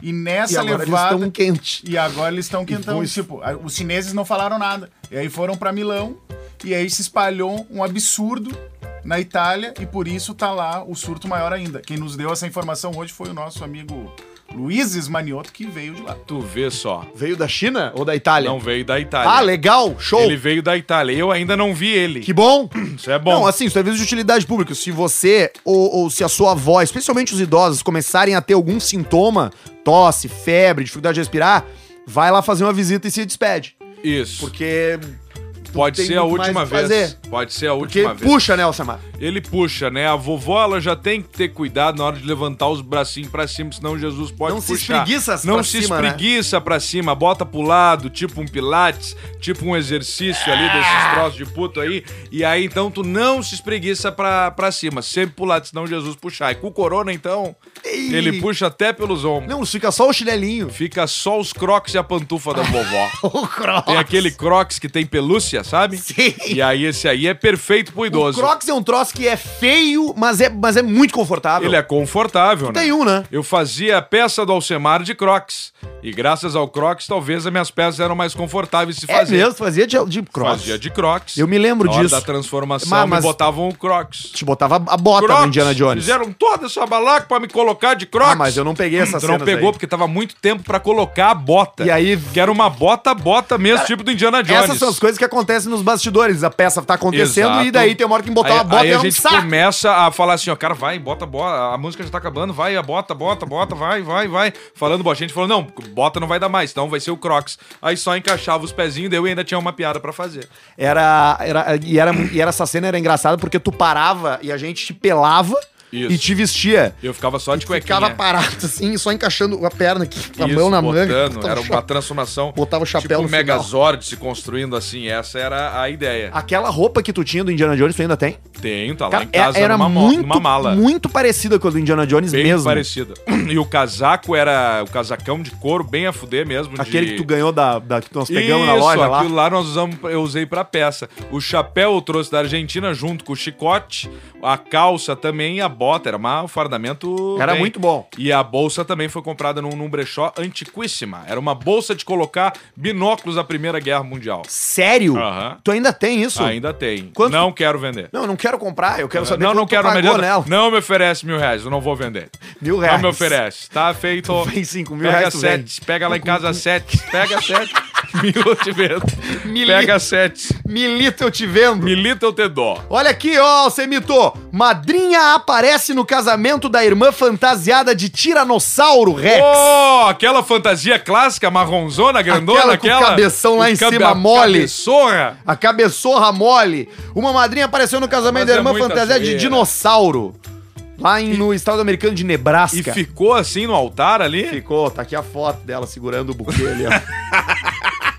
[SPEAKER 2] e nessa
[SPEAKER 3] E agora eles
[SPEAKER 2] levada
[SPEAKER 3] estão quente.
[SPEAKER 2] e agora eles estão quentão. Tipo, a- os chineses não falaram nada. E aí foram pra Milão e aí se espalhou um absurdo na Itália e por isso tá lá o surto maior ainda. Quem nos deu essa informação hoje foi o nosso amigo Luizes Manioto que veio de lá.
[SPEAKER 4] Tu vê só.
[SPEAKER 3] Veio da China ou da Itália?
[SPEAKER 4] Não veio da Itália.
[SPEAKER 3] ah, legal, show.
[SPEAKER 4] Ele veio da Itália. Eu ainda não vi ele.
[SPEAKER 3] Que bom.
[SPEAKER 4] Isso é [clears throat] bom.
[SPEAKER 3] Não, assim, isso é serviço de utilidade pública. Se você ou, ou se a sua avó, especialmente os idosos, começarem a ter algum sintoma, tosse, febre, dificuldade de respirar, vai lá fazer uma visita e se despede.
[SPEAKER 4] Isso.
[SPEAKER 3] Porque
[SPEAKER 4] Pode
[SPEAKER 3] tem
[SPEAKER 4] ser a
[SPEAKER 3] muito mais
[SPEAKER 4] última
[SPEAKER 3] o que fazer.
[SPEAKER 4] vez. Pode ser a
[SPEAKER 3] porque
[SPEAKER 4] última vez.
[SPEAKER 3] puxa, né, Alcemar?
[SPEAKER 4] Ele puxa, né? A vovó, ela já tem que ter cuidado na hora de levantar os bracinhos pra cima, senão Jesus pode
[SPEAKER 3] Não se
[SPEAKER 4] puxar.
[SPEAKER 3] espreguiça
[SPEAKER 4] Não
[SPEAKER 3] pra
[SPEAKER 4] se
[SPEAKER 3] cima, né?
[SPEAKER 4] espreguiça pra cima, bota pro lado, tipo um pilates, tipo um exercício ali
[SPEAKER 3] Ah!
[SPEAKER 4] desses troços de puto aí. E aí, então, tu não se espreguiça pra, pra cima, sempre pro lado, senão Jesus puxar. E com o corona, então,
[SPEAKER 3] Ei.
[SPEAKER 4] ele puxa até pelos ombros.
[SPEAKER 3] Não, fica só o chinelinho.
[SPEAKER 4] Fica só os crocs e a pantufa da vovó.
[SPEAKER 3] [laughs] O Crocs.
[SPEAKER 4] Tem aquele Crocs que tem pelúcia, sabe?
[SPEAKER 3] Sim.
[SPEAKER 4] E aí esse aí é perfeito pro
[SPEAKER 3] O
[SPEAKER 4] idoso.
[SPEAKER 3] Crocs é um troço que é feio, mas é, mas é muito confortável.
[SPEAKER 4] Ele é confortável, né?
[SPEAKER 3] Tem um, né?
[SPEAKER 4] Eu fazia a peça do Alcemar de Crocs. E graças ao Crocs, talvez as minhas peças eram mais confortáveis de se
[SPEAKER 3] É
[SPEAKER 4] fazer.
[SPEAKER 3] mesmo, fazia de, de Crocs.
[SPEAKER 4] Fazia de Crocs.
[SPEAKER 3] Eu me lembro
[SPEAKER 4] Na hora
[SPEAKER 3] disso.
[SPEAKER 4] da transformação,
[SPEAKER 3] Mas-
[SPEAKER 4] me
[SPEAKER 3] mas-
[SPEAKER 4] botavam o Crocs.
[SPEAKER 3] Te botava a bota no Indiana Jones.
[SPEAKER 4] Fizeram toda essa balaca pra me colocar de Crocs.
[SPEAKER 3] Ah, mas eu não peguei
[SPEAKER 4] [clears throat]
[SPEAKER 3] essa
[SPEAKER 4] Tu não
[SPEAKER 3] cenas
[SPEAKER 4] pegou
[SPEAKER 3] aí.
[SPEAKER 4] porque tava muito tempo pra colocar a bota.
[SPEAKER 3] E aí-
[SPEAKER 4] Que era uma bota, bota mesmo, tipo do Indiana Jones.
[SPEAKER 3] Essas são as coisas que acontecem nos bastidores. A peça tá acontecendo
[SPEAKER 4] Exato.
[SPEAKER 3] e daí tem uma hora que botar
[SPEAKER 4] Aí-
[SPEAKER 3] uma bota
[SPEAKER 4] aí
[SPEAKER 3] e é
[SPEAKER 4] a
[SPEAKER 3] um
[SPEAKER 4] gente
[SPEAKER 3] saco.
[SPEAKER 4] começa a falar assim, ó, cara, vai, bota, bota, a música já tá acabando, vai, a bota, bota, bota, vai, vai, vai. Falando, bom, a gente falou, não, bota não vai dar mais, então vai ser o Crocs. Aí só encaixava os pezinhos, deu e ainda tinha uma piada pra fazer.
[SPEAKER 3] Era, era, e, era, e era essa cena era engraçada porque tu parava e a gente te pelava
[SPEAKER 4] Isso.
[SPEAKER 3] e te vestia.
[SPEAKER 4] Eu ficava só de cuequinha.
[SPEAKER 3] Ficava parado assim, só encaixando a perna aqui, a
[SPEAKER 4] Isso,
[SPEAKER 3] mão na
[SPEAKER 4] botando,
[SPEAKER 3] manga.
[SPEAKER 4] Era um uma transformação.
[SPEAKER 3] botava o chapéu
[SPEAKER 4] tipo
[SPEAKER 3] no
[SPEAKER 4] um
[SPEAKER 3] final.
[SPEAKER 4] Megazord se construindo assim, essa era a ideia.
[SPEAKER 3] Aquela roupa que tu tinha do Indiana Jones, tu ainda tem?
[SPEAKER 4] Tenho, tá lá
[SPEAKER 3] Cara,
[SPEAKER 4] em casa,
[SPEAKER 3] era
[SPEAKER 4] numa, mo-
[SPEAKER 3] muito,
[SPEAKER 4] numa mala.
[SPEAKER 3] muito parecida com a do Indiana Jones
[SPEAKER 4] Bem
[SPEAKER 3] mesmo.
[SPEAKER 4] parecida. [clears throat] E o casaco era o casacão de couro, bem a fuder mesmo. de-
[SPEAKER 3] Aquele que tu ganhou da, da- que nós pegamos na loja lá.
[SPEAKER 4] aquilo lá nós usamos, eu usei pra peça. O chapéu eu trouxe da Argentina junto com o chicote, a calça também e a bota. Era uma- um fardamento.
[SPEAKER 3] Era muito bom.
[SPEAKER 4] E a bolsa também foi comprada num, num brechó antiquíssima. Era uma bolsa de colocar binóculos da Primeira Guerra Mundial.
[SPEAKER 3] Sério?
[SPEAKER 4] Aham.
[SPEAKER 3] Tu ainda tem isso?
[SPEAKER 4] Ainda tem.
[SPEAKER 3] Quanto-
[SPEAKER 4] Não quero vender.
[SPEAKER 3] Não, eu não quero comprar, eu quero saber
[SPEAKER 4] Não, não
[SPEAKER 3] quanto tu
[SPEAKER 4] quero, não
[SPEAKER 3] pagou
[SPEAKER 4] adianta.
[SPEAKER 3] nela.
[SPEAKER 4] Não me oferece mil reais, eu não vou vender.
[SPEAKER 3] Mil
[SPEAKER 4] Não
[SPEAKER 3] reais.
[SPEAKER 4] me oferece. Tá feito.
[SPEAKER 3] [laughs] vem cinco mil
[SPEAKER 4] pega
[SPEAKER 3] reais, tu
[SPEAKER 4] sete. Pega
[SPEAKER 3] [laughs]
[SPEAKER 4] lá em casa sete. Pega sete. mil eu te vendo.
[SPEAKER 3] Mil-
[SPEAKER 4] Pega sete.
[SPEAKER 3] Milita, eu te vendo.
[SPEAKER 4] Milita eu te dó.
[SPEAKER 3] Olha aqui, ó, Semito. Madrinha aparece no casamento da irmã fantasiada de Tiranossauro Rex.
[SPEAKER 4] Oh, aquela fantasia clássica, marronzona, grandona,
[SPEAKER 3] Aquela com o
[SPEAKER 4] aquela.
[SPEAKER 3] cabeção lá
[SPEAKER 4] O
[SPEAKER 3] em
[SPEAKER 4] cabe-
[SPEAKER 3] cima,
[SPEAKER 4] a
[SPEAKER 3] mole.
[SPEAKER 4] Cabeçorra.
[SPEAKER 3] A cabeçorra mole. Uma madrinha apareceu no
[SPEAKER 4] Mas
[SPEAKER 3] casamento da
[SPEAKER 4] é
[SPEAKER 3] irmã
[SPEAKER 4] muita
[SPEAKER 3] fantasiada de
[SPEAKER 4] zoeira.
[SPEAKER 3] dinossauro. Lá em- no estado americano de Nebraska.
[SPEAKER 4] E ficou assim no altar ali.
[SPEAKER 3] Ficou, tá aqui a foto dela segurando o buquê
[SPEAKER 4] [laughs]
[SPEAKER 3] ali, ó.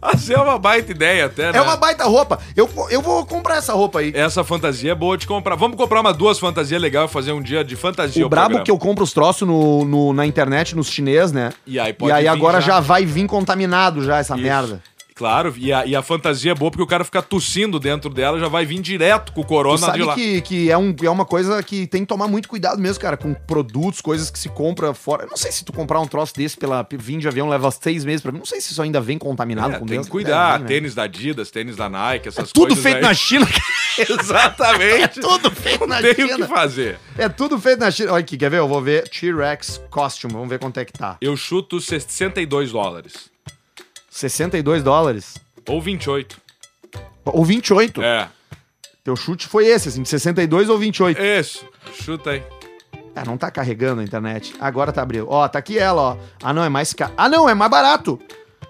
[SPEAKER 4] Mas é uma baita ideia até, né?
[SPEAKER 3] É uma baita roupa. Eu, eu vou comprar essa roupa aí.
[SPEAKER 4] Essa fantasia é boa de comprar. Vamos comprar uma duas fantasias legais e fazer um dia de fantasia.
[SPEAKER 3] o brabo que eu compro os troços no, no- na internet, nos chinês, né?
[SPEAKER 4] E aí pode
[SPEAKER 3] e aí
[SPEAKER 4] vir
[SPEAKER 3] agora já.
[SPEAKER 4] já.
[SPEAKER 3] vai vir contaminado já essa merda.
[SPEAKER 4] Claro, e a, e a fantasia é boa porque o cara fica tossindo dentro dela, já vai vir direto com o
[SPEAKER 3] Tu
[SPEAKER 4] corona de
[SPEAKER 3] sabe
[SPEAKER 4] lá.
[SPEAKER 3] que, que é, um, é uma coisa que tem que tomar muito cuidado mesmo, cara, com produtos, coisas que se compra fora. Eu não sei se tu comprar um troço desse pela vim de avião leva seis meses pra mim. Não sei se isso ainda vem contaminado
[SPEAKER 4] É,
[SPEAKER 3] com
[SPEAKER 4] tem
[SPEAKER 3] Deus,
[SPEAKER 4] que cuidar.
[SPEAKER 3] deve vir, né? É
[SPEAKER 4] Tênis da Adidas, tênis da Nike, essas
[SPEAKER 3] Tudo
[SPEAKER 4] coisas. [laughs]
[SPEAKER 3] feito
[SPEAKER 4] aí.
[SPEAKER 3] na China. É
[SPEAKER 4] Exatamente.
[SPEAKER 3] Tudo feito na
[SPEAKER 4] Tem o que
[SPEAKER 3] China.
[SPEAKER 4] fazer.
[SPEAKER 3] É tudo feito na China. Olha aqui, quer ver? Eu vou ver T-Rex Costume. Vamos ver quanto é que tá.
[SPEAKER 4] Eu chuto 62 dólares.
[SPEAKER 3] 62 dólares.
[SPEAKER 4] Ou 28.
[SPEAKER 3] Ou 28.
[SPEAKER 4] É.
[SPEAKER 3] Teu chute foi esse, assim, de 62 ou 28.
[SPEAKER 4] Isso. Chuta aí.
[SPEAKER 3] Ah, não tá carregando a internet. Agora tá abrindo. Ó, tá aqui ela, ó. Ah, não, é mais caro. Ah, não, é mais barato.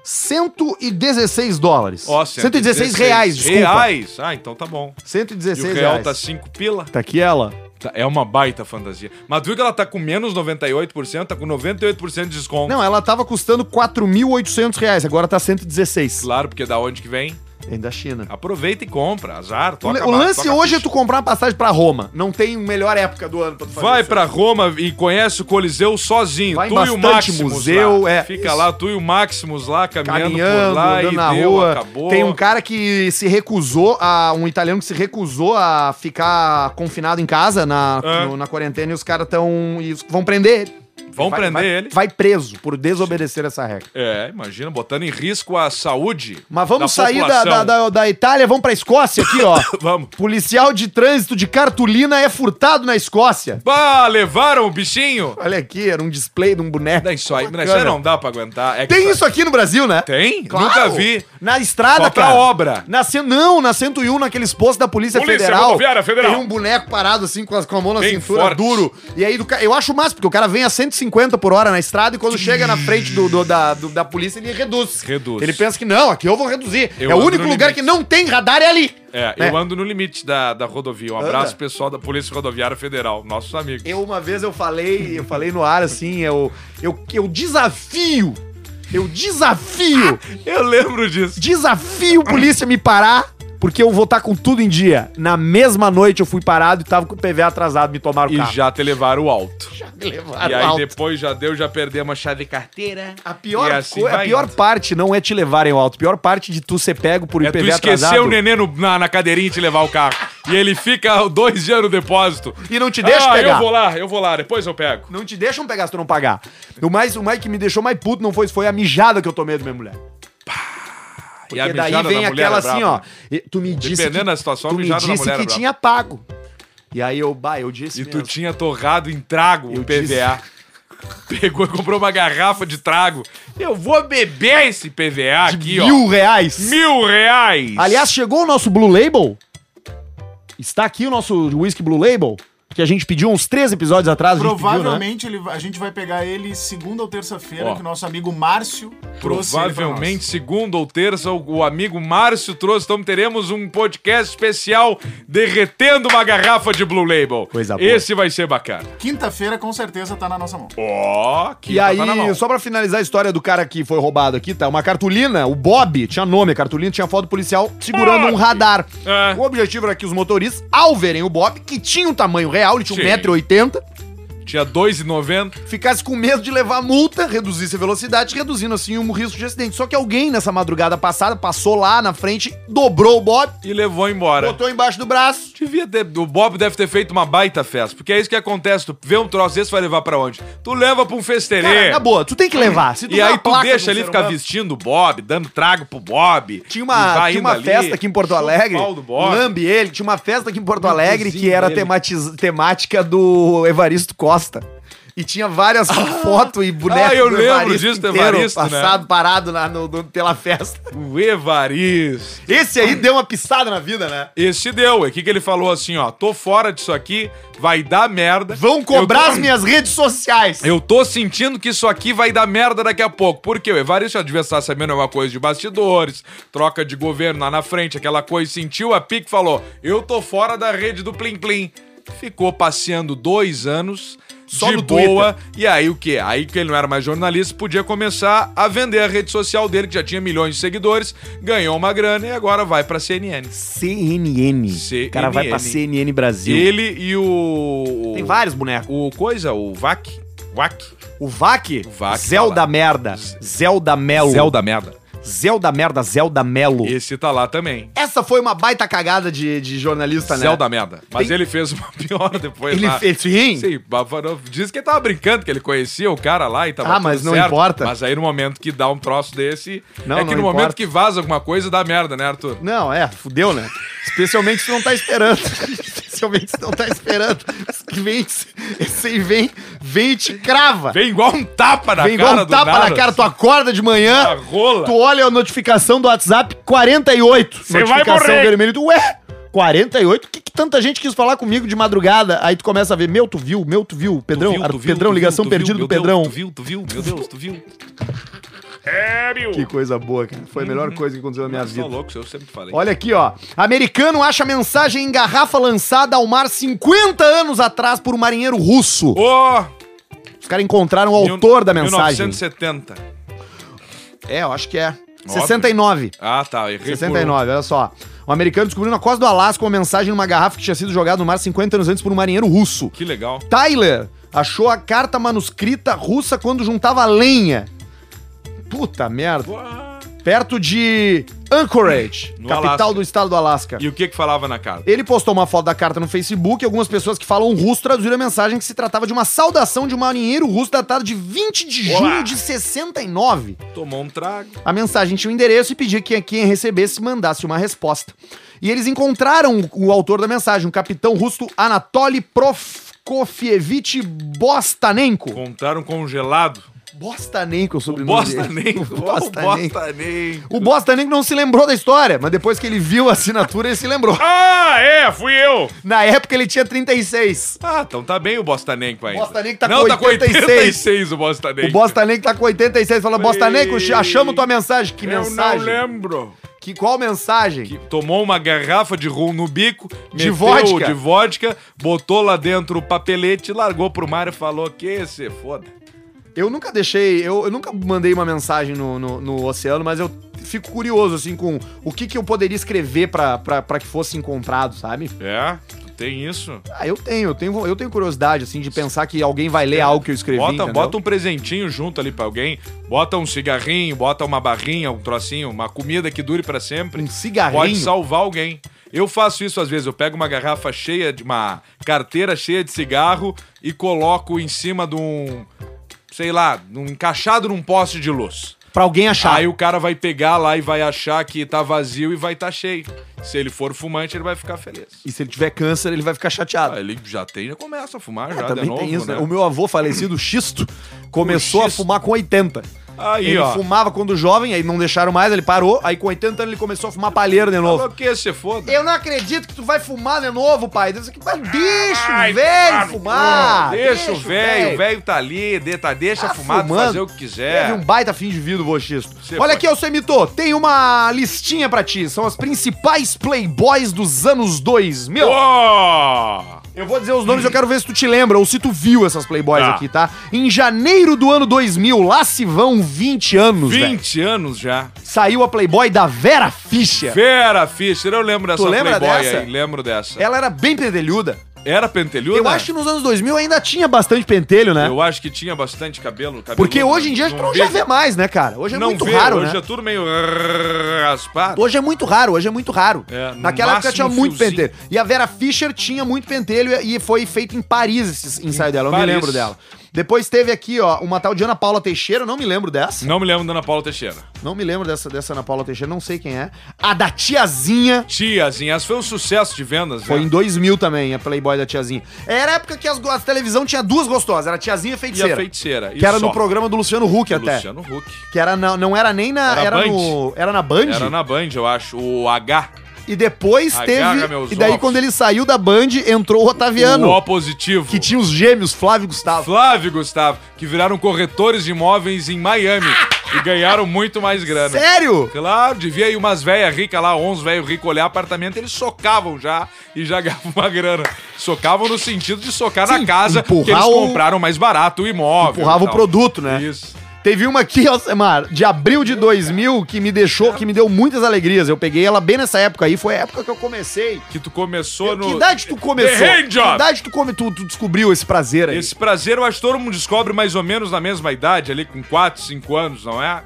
[SPEAKER 3] 116 dólares.
[SPEAKER 4] Ó,
[SPEAKER 3] 116 reais, desculpa.
[SPEAKER 4] Reais? Ah, então tá bom. E
[SPEAKER 3] 116
[SPEAKER 4] o real
[SPEAKER 3] reais.
[SPEAKER 4] tá 5 pila.
[SPEAKER 3] Tá aqui ela.
[SPEAKER 4] Tá, É uma baita fantasia. Mas tu viu que ela tá com menos 98%, tá com 98% de desconto.
[SPEAKER 3] Não, ela tava custando 4.800 reais, agora tá 116.
[SPEAKER 4] Claro, porque é da onde que vem?
[SPEAKER 3] Vem da China.
[SPEAKER 4] Aproveita e compra. Azar,
[SPEAKER 3] O,
[SPEAKER 4] toca
[SPEAKER 3] o
[SPEAKER 4] ba-
[SPEAKER 3] lance
[SPEAKER 4] toca
[SPEAKER 3] hoje é
[SPEAKER 4] ficha.
[SPEAKER 3] tu comprar uma passagem pra Roma. Não tem melhor época do ano pra tu fazer
[SPEAKER 4] Vai
[SPEAKER 3] isso.
[SPEAKER 4] pra Roma e conhece o Coliseu sozinho.
[SPEAKER 3] Vai em
[SPEAKER 4] tu e o
[SPEAKER 3] bastante
[SPEAKER 4] Maximus
[SPEAKER 3] museu,
[SPEAKER 4] lá.
[SPEAKER 3] é.
[SPEAKER 4] Fica
[SPEAKER 3] Isso.
[SPEAKER 4] lá, tu e o Maximus lá caminhando,
[SPEAKER 3] caminhando,
[SPEAKER 4] por lá
[SPEAKER 3] andando
[SPEAKER 4] e
[SPEAKER 3] na
[SPEAKER 4] deu,
[SPEAKER 3] rua.
[SPEAKER 4] acabou.
[SPEAKER 3] Tem um cara que se recusou, a, um italiano que se recusou a ficar confinado em casa na,
[SPEAKER 4] É.
[SPEAKER 3] no- na quarentena e os caras estão. vão prender ele.
[SPEAKER 4] Vão
[SPEAKER 3] Vai-
[SPEAKER 4] prender
[SPEAKER 3] vai-
[SPEAKER 4] ele.
[SPEAKER 3] Vai preso por desobedecer essa regra.
[SPEAKER 4] É, imagina, botando em risco a saúde.
[SPEAKER 3] Mas vamos
[SPEAKER 4] da
[SPEAKER 3] sair da,
[SPEAKER 4] população.
[SPEAKER 3] da, da, da Itália, vamos pra Escócia
[SPEAKER 4] [coughs]
[SPEAKER 3] aqui, ó.
[SPEAKER 4] Vamos.
[SPEAKER 3] Policial de trânsito de cartolina é furtado na Escócia.
[SPEAKER 4] Bah, Ah, levaram o bichinho?
[SPEAKER 3] Olha aqui, era um display de um boneco.
[SPEAKER 4] Não, Isso aí,
[SPEAKER 3] Bacana.
[SPEAKER 4] isso aí não dá pra aguentar. É que
[SPEAKER 3] Tem
[SPEAKER 4] tá-
[SPEAKER 3] isso aqui no Brasil, né?
[SPEAKER 4] Tem?
[SPEAKER 3] Claro.
[SPEAKER 4] Nunca vi.
[SPEAKER 3] Na estrada,
[SPEAKER 4] Só pra
[SPEAKER 3] cara.
[SPEAKER 4] obra.
[SPEAKER 3] Na, cen- não, na 101, naqueles postos da Polícia,
[SPEAKER 4] Polícia
[SPEAKER 3] Federal.
[SPEAKER 4] Rodoviária Federal.
[SPEAKER 3] Tem um boneco parado assim, com, as- com a mão na
[SPEAKER 4] Bem
[SPEAKER 3] cintura,
[SPEAKER 4] forte.
[SPEAKER 3] duro. E aí, do ca- eu acho massa, porque o cara vem a 150 por hora na estrada e quando chega na frente do, do- da, do- da polícia, ele reduz.
[SPEAKER 4] Reduz.
[SPEAKER 3] Ele pensa que não, aqui eu vou reduzir.
[SPEAKER 4] Eu
[SPEAKER 3] é o
[SPEAKER 4] ando
[SPEAKER 3] único
[SPEAKER 4] no
[SPEAKER 3] lugar
[SPEAKER 4] limite.
[SPEAKER 3] que não tem radar é ali.
[SPEAKER 4] É,
[SPEAKER 3] Né?
[SPEAKER 4] eu ando no limite da, da rodovia. Um
[SPEAKER 3] Anda.
[SPEAKER 4] abraço, pessoal da Polícia Rodoviária Federal, nossos amigos.
[SPEAKER 3] Eu uma vez eu falei, eu falei no ar assim, eu, eu, eu desafio, eu desafio
[SPEAKER 4] Eu lembro disso.
[SPEAKER 3] Desafio polícia me parar, porque eu vou estar com tudo em dia. Na mesma noite eu fui parado e tava com o PV atrasado, me tomaram o
[SPEAKER 4] E
[SPEAKER 3] carro.
[SPEAKER 4] já te levaram o alto.
[SPEAKER 3] me Tá. levaram
[SPEAKER 4] e aí
[SPEAKER 3] alto.
[SPEAKER 4] depois já deu, já perdemos a chave de carteira.
[SPEAKER 3] A pior,
[SPEAKER 4] E assim
[SPEAKER 3] co- a
[SPEAKER 4] vai
[SPEAKER 3] pior
[SPEAKER 4] indo.
[SPEAKER 3] parte não é te levarem ao alto. A pior parte de tu ser pego por
[SPEAKER 4] É tu
[SPEAKER 3] IPV
[SPEAKER 4] esquecer
[SPEAKER 3] Um atrasado.
[SPEAKER 4] o neném no- na, na cadeirinha e te levar o carro. E ele fica dois dias no depósito.
[SPEAKER 3] E não te deixa
[SPEAKER 4] ah,
[SPEAKER 3] pegar.
[SPEAKER 4] eu vou lá, eu vou lá, depois eu pego.
[SPEAKER 3] Não te deixam pegar se tu não pagar. O mais, o mais que me deixou mais puto não foi, foi a mijada que eu tomei da minha mulher.
[SPEAKER 4] e a
[SPEAKER 3] Porque daí
[SPEAKER 4] mijada
[SPEAKER 3] vem
[SPEAKER 4] da mulher
[SPEAKER 3] aquela
[SPEAKER 4] é
[SPEAKER 3] assim,
[SPEAKER 4] brava,
[SPEAKER 3] ó.
[SPEAKER 4] né?
[SPEAKER 3] e- Tu me disse
[SPEAKER 4] Dependendo
[SPEAKER 3] que,
[SPEAKER 4] da situação, a
[SPEAKER 3] tu me
[SPEAKER 4] mijada da
[SPEAKER 3] disse
[SPEAKER 4] mulher é
[SPEAKER 3] que
[SPEAKER 4] brava.
[SPEAKER 3] tinha pago. E aí eu, bah, eu disse
[SPEAKER 4] E tu
[SPEAKER 3] mesmo.
[SPEAKER 4] tinha torrado em trago
[SPEAKER 3] Eu
[SPEAKER 4] o PVA. [laughs] Pegou e comprou uma garrafa de trago. Eu vou beber esse PVA aqui, ó.
[SPEAKER 3] mil reais.
[SPEAKER 4] Mil reais!
[SPEAKER 3] Aliás, chegou o nosso Blue Label. Está aqui o nosso Whisky Blue Label, que a gente pediu uns três episódios atrás. a gente pediu, né?
[SPEAKER 2] Provavelmente ele, a gente vai pegar ele segunda ou terça-feira,
[SPEAKER 4] Ó.
[SPEAKER 2] que o nosso amigo Márcio trouxe ele pra nós.
[SPEAKER 4] Provavelmente segunda ou terça o, o amigo Márcio trouxe, então teremos um podcast especial derretendo uma garrafa de Blue Label.
[SPEAKER 3] Coisa boa.
[SPEAKER 4] Esse vai ser bacana.
[SPEAKER 2] Quinta-feira, com certeza, tá na nossa mão.
[SPEAKER 4] Ó, tá que
[SPEAKER 3] E aí, só pra finalizar a história do cara que foi roubado aqui, tá? Uma cartolina, o Bob, tinha nome, a cartolina tinha foto do policial segurando
[SPEAKER 4] Bob!
[SPEAKER 3] um radar.
[SPEAKER 4] É.
[SPEAKER 3] O objetivo era que os motoristas, ao verem o Bob, que tinha um tamanho real, ele
[SPEAKER 4] Sim.
[SPEAKER 3] tinha 1,80m,
[SPEAKER 4] Tinha 2,90.
[SPEAKER 3] ficasse com medo de levar multa, reduzisse a velocidade, reduzindo assim o risco de acidente. Só que alguém nessa madrugada passada passou lá na frente, dobrou o Bob,
[SPEAKER 4] E levou embora.
[SPEAKER 3] botou embaixo do braço.
[SPEAKER 4] Devia ter, o Bob deve ter feito uma baita festa, porque é isso que acontece. Tu vê um troço desse, vai levar pra onde? Tu leva pra um festerê.
[SPEAKER 3] Cara, na boa, tu tem que levar. Se
[SPEAKER 4] e
[SPEAKER 3] dá
[SPEAKER 4] aí
[SPEAKER 3] uma
[SPEAKER 4] tu
[SPEAKER 3] placa
[SPEAKER 4] deixa
[SPEAKER 3] pro
[SPEAKER 4] ele
[SPEAKER 3] ser
[SPEAKER 4] ficar
[SPEAKER 3] humano-
[SPEAKER 4] vestindo o Bob, dando trago pro Bob.
[SPEAKER 3] Tinha
[SPEAKER 4] e
[SPEAKER 3] uma,
[SPEAKER 4] vai
[SPEAKER 3] tinha
[SPEAKER 4] indo
[SPEAKER 3] uma
[SPEAKER 4] ali,
[SPEAKER 3] festa aqui em Porto
[SPEAKER 4] chupa o
[SPEAKER 3] Alegre.
[SPEAKER 4] pau do Bob.
[SPEAKER 3] Lambe ele. Tinha uma festa aqui em Porto Alegre que era
[SPEAKER 4] dele.
[SPEAKER 3] tematiz- temática do Evaristo Costa. E tinha várias fotos e bonecos
[SPEAKER 4] Ah, eu
[SPEAKER 3] do
[SPEAKER 4] lembro disso do Evaristo, né?
[SPEAKER 3] passado, parado lá no- no- pela festa.
[SPEAKER 4] O Evaristo.
[SPEAKER 3] Esse aí deu uma pisada na vida, né?
[SPEAKER 4] Esse deu. É que que ele falou assim, ó. Tô fora disso aqui, vai dar merda.
[SPEAKER 3] Vão cobrar
[SPEAKER 4] Eu tô-
[SPEAKER 3] as minhas redes sociais.
[SPEAKER 4] Eu tô sentindo que isso aqui vai dar merda daqui a pouco. Porque o Evaristo já devia estar sabendo alguma coisa de bastidores, troca de governo lá na frente, aquela coisa. Sentiu a pique e falou: Eu tô fora da rede do Plim Plim. Ficou passeando dois anos.
[SPEAKER 3] Só
[SPEAKER 4] de
[SPEAKER 3] no
[SPEAKER 4] boa. E aí o quê? Aí que ele não era mais jornalista, podia começar a vender a rede social dele, que já tinha milhões de seguidores, ganhou uma grana e agora vai pra CNN.
[SPEAKER 3] CNN.
[SPEAKER 4] CNN.
[SPEAKER 3] O cara vai pra CNN Brasil.
[SPEAKER 4] Ele e o.
[SPEAKER 3] Tem vários bonecos.
[SPEAKER 4] O coisa, o Vac. Vac.
[SPEAKER 3] O Vac,
[SPEAKER 4] O Vac
[SPEAKER 3] Zelda
[SPEAKER 4] tá lá.
[SPEAKER 3] Merda, Zelda Melo,
[SPEAKER 4] Zelda merda.
[SPEAKER 3] Zelda Merda, Zelda Melo.
[SPEAKER 4] Esse tá lá também.
[SPEAKER 3] Essa foi uma baita cagada de, de jornalista, né?
[SPEAKER 4] Zelda merda. Mas
[SPEAKER 3] Tem-
[SPEAKER 4] ele fez uma [laughs] pior depois
[SPEAKER 3] Ele
[SPEAKER 4] lá.
[SPEAKER 3] fez sim?
[SPEAKER 4] Sim, Bafarov diz que ele tava brincando, que ele conhecia o cara lá e tava
[SPEAKER 3] Ah, mas
[SPEAKER 4] tudo
[SPEAKER 3] não
[SPEAKER 4] certo.
[SPEAKER 3] importa.
[SPEAKER 4] Mas aí no momento que dá um troço desse,
[SPEAKER 3] Não,
[SPEAKER 4] é que
[SPEAKER 3] não
[SPEAKER 4] no
[SPEAKER 3] importa.
[SPEAKER 4] momento que vaza alguma coisa dá merda, né, Arthur?
[SPEAKER 3] Não, é, fudeu, né? Especialmente se não tá esperando. [laughs] Especialmente se não tá esperando. Vem, esse aí vem, vem e te crava.
[SPEAKER 4] Vem igual um tapa na
[SPEAKER 3] Vem igual
[SPEAKER 4] cara
[SPEAKER 3] um tapa
[SPEAKER 4] do nada.
[SPEAKER 3] na cara, tu acorda de manhã,
[SPEAKER 4] Ah, rola.
[SPEAKER 3] tu olha a notificação do WhatsApp, 48.
[SPEAKER 4] Cê vai
[SPEAKER 3] notificação
[SPEAKER 4] morrer.
[SPEAKER 3] vermelha, tu, ué, 48? Que, que tanta gente quis falar comigo de madrugada? Aí tu começa a ver, meu, tu viu, meu, tu viu, Pedrão,
[SPEAKER 4] Tu viu,
[SPEAKER 3] Ar-
[SPEAKER 4] tu viu,
[SPEAKER 3] Pedrão,
[SPEAKER 4] tu viu,
[SPEAKER 3] ligação
[SPEAKER 4] tu viu,
[SPEAKER 3] perdida
[SPEAKER 4] meu
[SPEAKER 3] do Pedrão.
[SPEAKER 4] Deus, tu viu, tu viu, meu Deus, tu viu. É, meu.
[SPEAKER 3] Que coisa boa, cara. Foi a melhor coisa que aconteceu na minha
[SPEAKER 4] Tá
[SPEAKER 3] vida.
[SPEAKER 4] louco, eu sempre falei.
[SPEAKER 3] Olha aqui, ó. Americano acha mensagem em garrafa lançada ao mar 50 anos atrás por um marinheiro russo.
[SPEAKER 4] Ó,
[SPEAKER 3] Os caras encontraram o autor da mensagem.
[SPEAKER 4] 1970.
[SPEAKER 3] É, eu acho que é. 69.
[SPEAKER 4] Ah, tá. Errei por
[SPEAKER 3] 69, olha só. Um americano descobriu na costa do Alasca uma mensagem numa garrafa que tinha sido jogada no mar 50 anos antes por um marinheiro russo.
[SPEAKER 4] um. Que legal.
[SPEAKER 3] Tyler achou a carta manuscrita russa quando juntava lenha. Puta merda. Perto de Anchorage,
[SPEAKER 4] No
[SPEAKER 3] capital
[SPEAKER 4] Alasca.
[SPEAKER 3] do estado do Alasca.
[SPEAKER 4] E o que que falava na carta?
[SPEAKER 3] Ele postou uma foto da carta no Facebook e algumas pessoas que falam russo traduziram a mensagem que se tratava de uma saudação de um marinheiro russo datado de 20 de
[SPEAKER 4] Olá.
[SPEAKER 3] junho de 69.
[SPEAKER 4] Tomou um trago.
[SPEAKER 3] A mensagem tinha o endereço e pedia que quem recebesse mandasse uma resposta. E eles encontraram o autor da mensagem, o capitão russo Anatoly Prokofievich Bostanenko.
[SPEAKER 4] Contaram congelado.
[SPEAKER 3] Bostanenko é o sobrenome
[SPEAKER 4] Bosta
[SPEAKER 3] dele. [laughs]
[SPEAKER 4] nem.
[SPEAKER 3] O Bostanenko.
[SPEAKER 4] Bosta nem.
[SPEAKER 3] O Bostanenko não se lembrou da história, mas depois que ele viu a assinatura, ele se lembrou.
[SPEAKER 4] Ah, é, fui eu.
[SPEAKER 3] Na época ele tinha 36.
[SPEAKER 4] Ah, então tá bem o Bostanenco ainda.
[SPEAKER 3] Bostanenco tá
[SPEAKER 4] Não,
[SPEAKER 3] com
[SPEAKER 4] tá com
[SPEAKER 3] 86.
[SPEAKER 4] 86 o Bostanenco.
[SPEAKER 3] O Bostanenko tá com 86, fala, Bostanenko, achamos tua mensagem. Que
[SPEAKER 4] Eu não
[SPEAKER 3] mensagem?
[SPEAKER 4] lembro.
[SPEAKER 3] Que, qual mensagem?
[SPEAKER 4] Que tomou uma garrafa de rum no bico,
[SPEAKER 3] De
[SPEAKER 4] meteu
[SPEAKER 3] vodka.
[SPEAKER 4] de vodka, botou lá dentro o papelete, largou pro mar e falou que se foda.
[SPEAKER 3] Eu nunca deixei, eu, eu nunca mandei uma mensagem no, no, no oceano, mas eu fico curioso, assim, com o que, que eu poderia escrever pra, pra, pra que fosse encontrado, sabe?
[SPEAKER 4] É, tu tem isso.
[SPEAKER 3] Ah, eu tenho, eu tenho, eu tenho curiosidade, assim, de pensar que alguém vai ler algo que eu escrevi,
[SPEAKER 4] É. Bota,
[SPEAKER 3] entendeu?
[SPEAKER 4] bota um presentinho junto ali pra alguém, bota um cigarrinho, bota uma barrinha, um trocinho, uma comida que dure pra sempre.
[SPEAKER 3] Um cigarrinho?
[SPEAKER 4] Pode salvar alguém. Eu faço isso às vezes, eu pego uma garrafa cheia de uma carteira cheia de cigarro e coloco em cima de um, sei lá, num encaixado num poste de luz.
[SPEAKER 3] Pra alguém achar.
[SPEAKER 4] Aí o cara vai pegar lá e vai achar que tá vazio e vai tá cheio. Se ele for fumante, ele vai ficar feliz.
[SPEAKER 3] E se ele tiver câncer, ele vai ficar chateado.
[SPEAKER 4] Ah, ele já tem, já começa a fumar já
[SPEAKER 3] também
[SPEAKER 4] de novo,
[SPEAKER 3] tem isso, né?
[SPEAKER 4] né?
[SPEAKER 3] O meu avô falecido, Xisto, começou
[SPEAKER 4] Xisto.
[SPEAKER 3] a fumar com 80.
[SPEAKER 4] Aí,
[SPEAKER 3] ele
[SPEAKER 4] ó.
[SPEAKER 3] fumava quando jovem, aí não deixaram mais, ele parou, aí com 80 anos ele começou a fumar palheiro de novo.
[SPEAKER 4] Falou que se foda.
[SPEAKER 3] Eu não acredito que tu vai fumar de novo, pai. Deus, que- mas deixa
[SPEAKER 4] Ai,
[SPEAKER 3] o velho
[SPEAKER 4] claro,
[SPEAKER 3] fumar.
[SPEAKER 4] Deixa o velho, o velho tá ali, de- tá, deixa
[SPEAKER 3] Tá
[SPEAKER 4] fumar,
[SPEAKER 3] fumando.
[SPEAKER 4] fazer o que quiser.
[SPEAKER 3] Teve um baita fim de vida, Voxisto.
[SPEAKER 4] Você
[SPEAKER 3] Olha
[SPEAKER 4] foi.
[SPEAKER 3] aqui, Alcemito, tem uma listinha pra ti. São as principais playboys dos anos 2000.
[SPEAKER 4] Ó!
[SPEAKER 3] Eu vou dizer os nomes, eu quero ver se tu te lembra ou se tu viu essas playboys
[SPEAKER 4] Tá.
[SPEAKER 3] aqui, tá? Em janeiro do ano 2000, lá se vão 20 anos, velho.
[SPEAKER 4] 20 anos já.
[SPEAKER 3] Saiu a playboy da Vera Fischer.
[SPEAKER 4] Vera Fischer, eu lembro dessa
[SPEAKER 3] É. lembra
[SPEAKER 4] playboy
[SPEAKER 3] dessa?
[SPEAKER 4] aí, lembro dessa.
[SPEAKER 3] Ela era bem pentelhuda.
[SPEAKER 4] Era pentelhuda?
[SPEAKER 3] Eu acho que nos anos 2000 ainda tinha bastante pentelho, né?
[SPEAKER 4] é. Eu acho que tinha bastante cabelo. cabelo
[SPEAKER 3] Porque hoje em dia a gente não já vê mais, né, cara? Hoje é
[SPEAKER 4] não
[SPEAKER 3] muito
[SPEAKER 4] vê,
[SPEAKER 3] raro,
[SPEAKER 4] hoje
[SPEAKER 3] né?
[SPEAKER 4] é tudo meio raspado.
[SPEAKER 3] Hoje é muito raro, hoje é muito raro.
[SPEAKER 4] É, no
[SPEAKER 3] Naquela época
[SPEAKER 4] máximo
[SPEAKER 3] tinha
[SPEAKER 4] um
[SPEAKER 3] muito
[SPEAKER 4] fiozinho.
[SPEAKER 3] pentelho. E a Vera Fischer tinha muito pentelho e foi feito em Paris esse ensaio dela, eu me
[SPEAKER 4] Paris.
[SPEAKER 3] lembro dela. Depois teve aqui, ó, uma tal de Ana Paula Teixeira, eu não me lembro dessa.
[SPEAKER 4] Não me lembro da Ana Paula Teixeira.
[SPEAKER 3] Não me lembro dessa, dessa Ana Paula Teixeira, não sei quem é. A da Tiazinha.
[SPEAKER 4] Tiazinha, essa foi um sucesso de vendas,
[SPEAKER 3] Foi em
[SPEAKER 4] né?
[SPEAKER 3] 2000 também, a Playboy da Tiazinha. Era a época que as, go- a televisão tinha duas gostosas, era a Tiazinha
[SPEAKER 4] E
[SPEAKER 3] e a
[SPEAKER 4] a
[SPEAKER 3] Feiticeira.
[SPEAKER 4] feiticeira.
[SPEAKER 3] Que era
[SPEAKER 4] só.
[SPEAKER 3] no programa do Luciano Huck até.
[SPEAKER 4] Luciano Huck.
[SPEAKER 3] Que era na- não era nem na. Era,
[SPEAKER 4] Era Band?
[SPEAKER 3] no. Era na Band?
[SPEAKER 4] Era na Band, eu acho. O H.
[SPEAKER 3] E depois
[SPEAKER 4] Agarra meus
[SPEAKER 3] teve. E daí,
[SPEAKER 4] ovos.
[SPEAKER 3] quando ele saiu da Band, entrou o Otaviano.
[SPEAKER 4] O O positivo.
[SPEAKER 3] Que tinha os gêmeos, Flávio e Gustavo.
[SPEAKER 4] Flávio e Gustavo, que viraram corretores de imóveis em
[SPEAKER 3] [laughs]
[SPEAKER 4] Miami e ganharam muito mais grana.
[SPEAKER 3] Sério?
[SPEAKER 4] Claro, devia ir umas velhas ricas lá, uns velhos ricos olhar apartamento, eles socavam já e já [laughs] ganhavam uma grana. Socavam no sentido de socar
[SPEAKER 3] Sim,
[SPEAKER 4] na casa, porque eles
[SPEAKER 3] empurrar o-
[SPEAKER 4] compraram mais barato o imóvel. e
[SPEAKER 3] Empurrava o
[SPEAKER 4] tal.
[SPEAKER 3] produto, né?
[SPEAKER 4] Isso.
[SPEAKER 3] Teve uma aqui, Alcemar, de abril de 2000, que me deixou, que me deu muitas alegrias. Eu peguei ela bem nessa época aí, foi a época que eu comecei.
[SPEAKER 4] Que tu começou no.
[SPEAKER 3] Que idade tu começou?
[SPEAKER 4] The hand
[SPEAKER 3] Que
[SPEAKER 4] job.
[SPEAKER 3] idade tu, come, tu, tu descobriu esse prazer aí?
[SPEAKER 4] Esse prazer eu acho que todo mundo descobre mais ou menos na mesma idade, ali com 4, 5 anos, não é?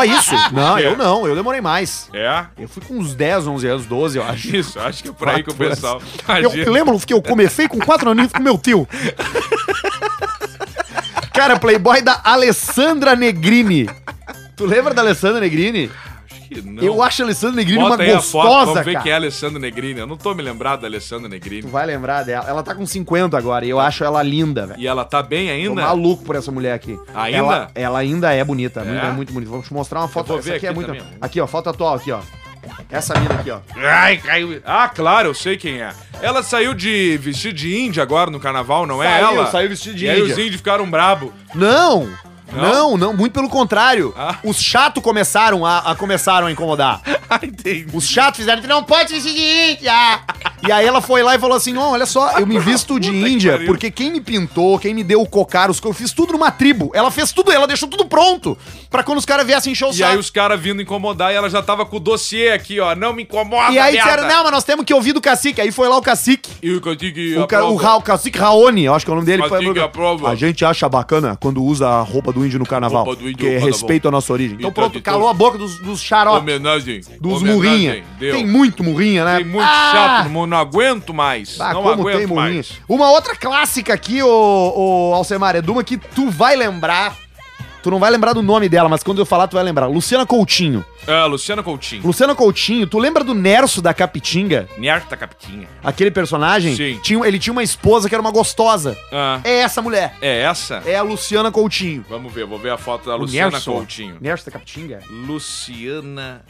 [SPEAKER 4] [laughs]
[SPEAKER 3] isso? Não,
[SPEAKER 4] É.
[SPEAKER 3] eu não, eu demorei mais.
[SPEAKER 4] É.
[SPEAKER 3] Eu fui com uns 10, 11 anos, 12, eu acho.
[SPEAKER 4] Isso, acho que é por aí que o pessoal.
[SPEAKER 3] Eu
[SPEAKER 4] [laughs] Imagina.
[SPEAKER 3] lembro que eu comecei com quatro aninhos com meu tio. Cara, Playboy da Alessandra Negrini. Tu lembra da Alessandra Negrini?
[SPEAKER 4] Acho que não.
[SPEAKER 3] Eu acho a Alessandra Negrini
[SPEAKER 4] Bota
[SPEAKER 3] uma
[SPEAKER 4] aí a foto,
[SPEAKER 3] gostosa,
[SPEAKER 4] vamos ver
[SPEAKER 3] cara.
[SPEAKER 4] quem é a Alessandra Negrini. Eu não tô me lembrado da Alessandra
[SPEAKER 3] Tu
[SPEAKER 4] Negrini.
[SPEAKER 3] vai lembrar dela. Ela tá com 50 agora e eu acho ela linda, velho.
[SPEAKER 4] E ela tá bem
[SPEAKER 3] Tô
[SPEAKER 4] ainda?
[SPEAKER 3] maluco por essa mulher aqui.
[SPEAKER 4] Ainda?
[SPEAKER 3] Ela, ela ainda é bonita, muito-
[SPEAKER 4] É?
[SPEAKER 3] é muito bonita. Vou te mostrar uma foto.
[SPEAKER 4] vou
[SPEAKER 3] Essa
[SPEAKER 4] ver
[SPEAKER 3] aqui é
[SPEAKER 4] aqui
[SPEAKER 3] muito.
[SPEAKER 4] também.
[SPEAKER 3] Aqui, ó, foto atual aqui, ó. Essa mina aqui, ó.
[SPEAKER 4] Ai, caiu. Ah, claro, eu sei quem é. Ela saiu de vestido de índia agora no carnaval, não é
[SPEAKER 3] Saiu,
[SPEAKER 4] ela?
[SPEAKER 3] saiu vestido de
[SPEAKER 4] e E aí
[SPEAKER 3] índia. [laughs]
[SPEAKER 4] os índios ficaram brabo.
[SPEAKER 3] Não! Não, não, muito pelo contrário.
[SPEAKER 4] Ah.
[SPEAKER 3] Os chatos começaram a, a- começaram a incomodar.
[SPEAKER 4] Ah, entendi.
[SPEAKER 3] Os chatos fizeram, "Tu não pode vestir de índia. E aí ela foi lá e falou assim, não, olha só, eu me visto de
[SPEAKER 4] Puta que
[SPEAKER 3] índia
[SPEAKER 4] pariu.
[SPEAKER 3] porque quem me pintou, quem me deu o cocar, os co- eu fiz tudo numa tribo. Ela fez tudo, ela deixou tudo pronto pra quando os caras viessem encher o
[SPEAKER 4] E
[SPEAKER 3] saco.
[SPEAKER 4] aí os caras vindo incomodar e ela já tava com o dossiê aqui, ó. Não me incomoda,
[SPEAKER 3] E aí
[SPEAKER 4] merda.
[SPEAKER 3] disseram, não, mas nós temos que ouvir do cacique. Aí foi lá o cacique.
[SPEAKER 4] E o que eu digo que
[SPEAKER 3] O, ca- o,
[SPEAKER 4] aprova.
[SPEAKER 3] Ra- o cacique Raoni, eu acho que é o nome dele.
[SPEAKER 4] Cacique
[SPEAKER 3] foi-
[SPEAKER 4] aprova.
[SPEAKER 3] A gente acha bacana quando usa a roupa do índio no carnaval.
[SPEAKER 4] Roupa do índio,
[SPEAKER 3] porque
[SPEAKER 4] tá bom.
[SPEAKER 3] respeita a nossa origem. Então
[SPEAKER 4] Então,
[SPEAKER 3] pronto,
[SPEAKER 4] então-
[SPEAKER 3] calou a boca dos, dos xaropes,
[SPEAKER 4] Homenagem.
[SPEAKER 3] dos
[SPEAKER 4] homenagem,
[SPEAKER 3] murrinha.
[SPEAKER 4] Deu.
[SPEAKER 3] Tem muito murrinha, né?
[SPEAKER 4] Tem muito chato no mundo, não aguento mais.
[SPEAKER 3] Ah,
[SPEAKER 4] não
[SPEAKER 3] como
[SPEAKER 4] aguento
[SPEAKER 3] tem murrinha.
[SPEAKER 4] mais.
[SPEAKER 3] Uma outra clássica aqui, ô, ô Alcemar, é de uma que tu vai lembrar. Tu não vai lembrar do nome dela, mas quando eu falar, tu vai lembrar. Luciana Coutinho.
[SPEAKER 4] Ah, Luciana Coutinho.
[SPEAKER 3] Luciana Coutinho, tu lembra do Nerso da Capitinga?
[SPEAKER 4] Nerta Capitinha.
[SPEAKER 3] Aquele personagem?
[SPEAKER 4] Sim.
[SPEAKER 3] Tinha, ele tinha uma esposa que era uma gostosa.
[SPEAKER 4] Ah,
[SPEAKER 3] É essa mulher.
[SPEAKER 4] é essa?
[SPEAKER 3] É a Luciana Coutinho.
[SPEAKER 4] Vamos ver, vou ver a foto da Luciana
[SPEAKER 3] Nerso.
[SPEAKER 4] Coutinho.
[SPEAKER 3] Nerso da Capitinga?
[SPEAKER 4] Luciana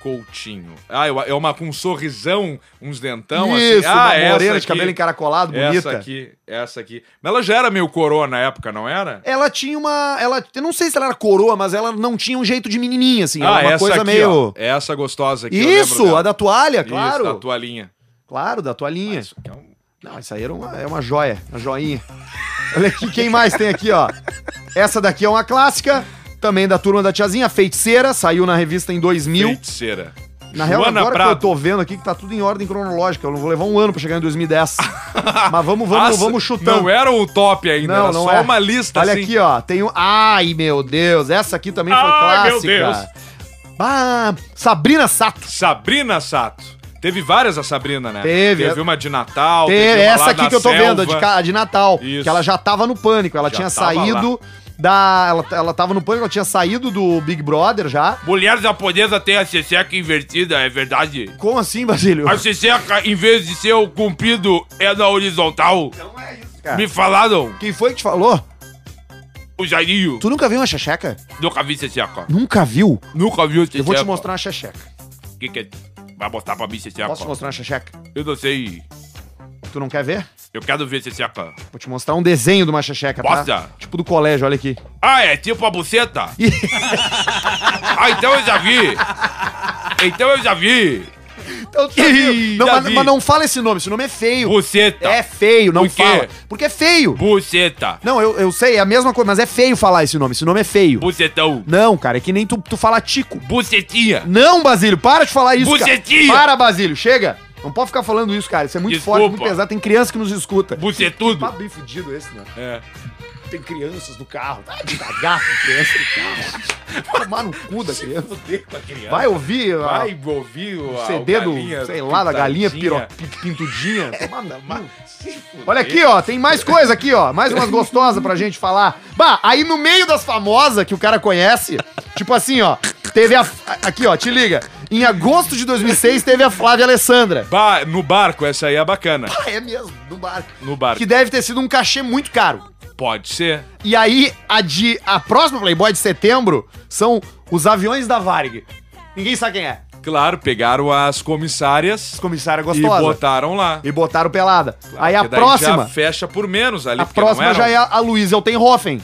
[SPEAKER 4] Coutinho. Ah, eu- é uma com um sorrisão, uns dentão,
[SPEAKER 3] Isso,
[SPEAKER 4] assim. Ah,
[SPEAKER 3] uma morena de
[SPEAKER 4] aqui,
[SPEAKER 3] cabelo encaracolado,
[SPEAKER 4] Essa
[SPEAKER 3] bonita.
[SPEAKER 4] aqui, essa aqui. Mas ela já era meio coroa na época, não era?
[SPEAKER 3] Ela tinha uma. Ela, eu não sei se ela era coroa, mas ela não tinha um jeito de menininha, assim. ela
[SPEAKER 4] ah,
[SPEAKER 3] era uma
[SPEAKER 4] essa
[SPEAKER 3] coisa
[SPEAKER 4] aqui, ó. É
[SPEAKER 3] meio.
[SPEAKER 4] Essa gostosa aqui. eu lembro
[SPEAKER 3] Isso,
[SPEAKER 4] dela.
[SPEAKER 3] a da toalha, claro.
[SPEAKER 4] Isso, da toalhinha.
[SPEAKER 3] Claro, da toalhinha.
[SPEAKER 4] Isso aqui é um-
[SPEAKER 3] Não, isso aí era uma, é uma joia, uma joinha. [laughs] Olha aqui, quem mais tem aqui, ó. Essa daqui é uma clássica, também da turma da tiazinha, Feiticeira, saiu na revista em 2000.
[SPEAKER 4] Feiticeira.
[SPEAKER 3] Na real,
[SPEAKER 4] Joana
[SPEAKER 3] agora
[SPEAKER 4] Prado.
[SPEAKER 3] que eu tô vendo aqui que tá tudo em ordem cronológica, eu não vou levar um ano pra chegar
[SPEAKER 4] [laughs]
[SPEAKER 3] em 2010. Mas vamos, vamos,
[SPEAKER 4] Nossa,
[SPEAKER 3] vamos chutando.
[SPEAKER 4] Ah, Não era o top ainda,
[SPEAKER 3] Não,
[SPEAKER 4] era
[SPEAKER 3] não
[SPEAKER 4] só
[SPEAKER 3] é.
[SPEAKER 4] uma lista
[SPEAKER 3] Olha
[SPEAKER 4] assim.
[SPEAKER 3] aqui, ó, tem um... Ai, meu Deus, essa aqui também foi
[SPEAKER 4] Ai, meu
[SPEAKER 3] clássica. Ah, Sabrina Sato.
[SPEAKER 4] Sabrina Sato. Teve várias a Sabrina, né?
[SPEAKER 3] Teve.
[SPEAKER 4] Teve uma de Natal.
[SPEAKER 3] Tem
[SPEAKER 4] teve uma
[SPEAKER 3] essa
[SPEAKER 4] lá
[SPEAKER 3] aqui
[SPEAKER 4] na
[SPEAKER 3] que eu tô vendo, a
[SPEAKER 4] selva.
[SPEAKER 3] de, ca- de Natal.
[SPEAKER 4] Isso.
[SPEAKER 3] Que ela já tava no pânico. Ela
[SPEAKER 4] Já
[SPEAKER 3] tinha
[SPEAKER 4] tava
[SPEAKER 3] saído da. Ela, ela tava no pânico, ela tinha saído do Big Brother já.
[SPEAKER 4] Mulher japonesa tem a seseca invertida, é verdade?
[SPEAKER 3] Como assim, Basílio?
[SPEAKER 4] A seseca, em vez de ser o comprido, é na horizontal.
[SPEAKER 3] Não é isso, cara.
[SPEAKER 4] Me falaram,
[SPEAKER 3] Quem foi que te falou?
[SPEAKER 4] o Jairinho,
[SPEAKER 3] Tu nunca viu uma xexeca?
[SPEAKER 4] nunca vi seseca.
[SPEAKER 3] Nunca viu?
[SPEAKER 4] Nunca vi o seseca.
[SPEAKER 3] Eu vou te mostrar uma xexeca.
[SPEAKER 4] O que que é? Vai botar pra mim seseca?
[SPEAKER 3] Posso te mostrar uma xexeca?
[SPEAKER 4] Eu não sei.
[SPEAKER 3] Tu não quer ver?
[SPEAKER 4] Eu quero ver seseca.
[SPEAKER 3] Vou te mostrar um desenho de uma xexeca, tá?
[SPEAKER 4] Mostra.
[SPEAKER 3] Tipo do colégio, olha aqui.
[SPEAKER 4] Ah, é tipo a
[SPEAKER 3] [laughs]
[SPEAKER 4] buceta? ah, então eu já vi. Então eu já vi.
[SPEAKER 3] Então, tu
[SPEAKER 4] Ih,
[SPEAKER 3] não,
[SPEAKER 4] já
[SPEAKER 3] mas,
[SPEAKER 4] vi.
[SPEAKER 3] mas não fala esse nome, esse nome é feio.
[SPEAKER 4] Buceta.
[SPEAKER 3] É feio, não
[SPEAKER 4] Por quê?
[SPEAKER 3] fala. Porque é feio.
[SPEAKER 4] Buceta.
[SPEAKER 3] Não, eu, eu sei, é a mesma coisa, mas é feio falar esse nome. Esse nome é feio.
[SPEAKER 4] Bucetão.
[SPEAKER 3] Não, cara, é que nem tu, tu fala tico.
[SPEAKER 4] Bucetinha.
[SPEAKER 3] Não, Basílio, para de falar isso,
[SPEAKER 4] Bucetinha!
[SPEAKER 3] cara. Para, Basílio, chega. Não pode ficar falando isso, cara. Isso é muito
[SPEAKER 4] Desculpa.
[SPEAKER 3] forte, muito pesado. Tem criança que nos escuta. Tá
[SPEAKER 4] Bucetudo.
[SPEAKER 3] bem fudido esse, né?
[SPEAKER 4] É.
[SPEAKER 3] Tem crianças no carro. Vai de cagar com criança no carro. Vai Tomar no cu da criança. Vai ouvir a-
[SPEAKER 4] Vai ouvir o
[SPEAKER 3] o
[SPEAKER 4] a-
[SPEAKER 3] CD
[SPEAKER 4] o
[SPEAKER 3] um do,
[SPEAKER 4] galinha
[SPEAKER 3] sei lá, da galinha piro,
[SPEAKER 4] pintadinha. É
[SPEAKER 3] pi- pintudinha.
[SPEAKER 4] [laughs]
[SPEAKER 3] Tomar no cu.
[SPEAKER 4] Se fuder.
[SPEAKER 3] Olha aqui, ó, tem [laughs] mais coisa aqui, ó. Mais umas gostosas pra gente falar. Bah, aí no meio das famosas que o cara conhece, tipo assim, ó, teve a. Aqui, ó, te liga. Em agosto de 2006 teve a Flávia Alessandra.
[SPEAKER 4] Ba- no barco, essa aí é bacana.
[SPEAKER 3] Ah, é mesmo, do barco.
[SPEAKER 4] No barco.
[SPEAKER 3] Que deve ter sido um cachê muito caro.
[SPEAKER 4] Pode ser.
[SPEAKER 3] E aí, a de. A próxima Playboy de setembro são os aviões da Varg. Ninguém sabe quem é.
[SPEAKER 4] Claro, pegaram as comissárias
[SPEAKER 3] As comissárias
[SPEAKER 4] e
[SPEAKER 3] gostosas. E,
[SPEAKER 4] botaram lá.
[SPEAKER 3] botaram pelada. aí a
[SPEAKER 4] Porque daí já
[SPEAKER 3] próxima.
[SPEAKER 4] fecha por menos ali.
[SPEAKER 3] A
[SPEAKER 4] porque não
[SPEAKER 3] próxima
[SPEAKER 4] eram-
[SPEAKER 3] já é a Luísa Eltenhofen.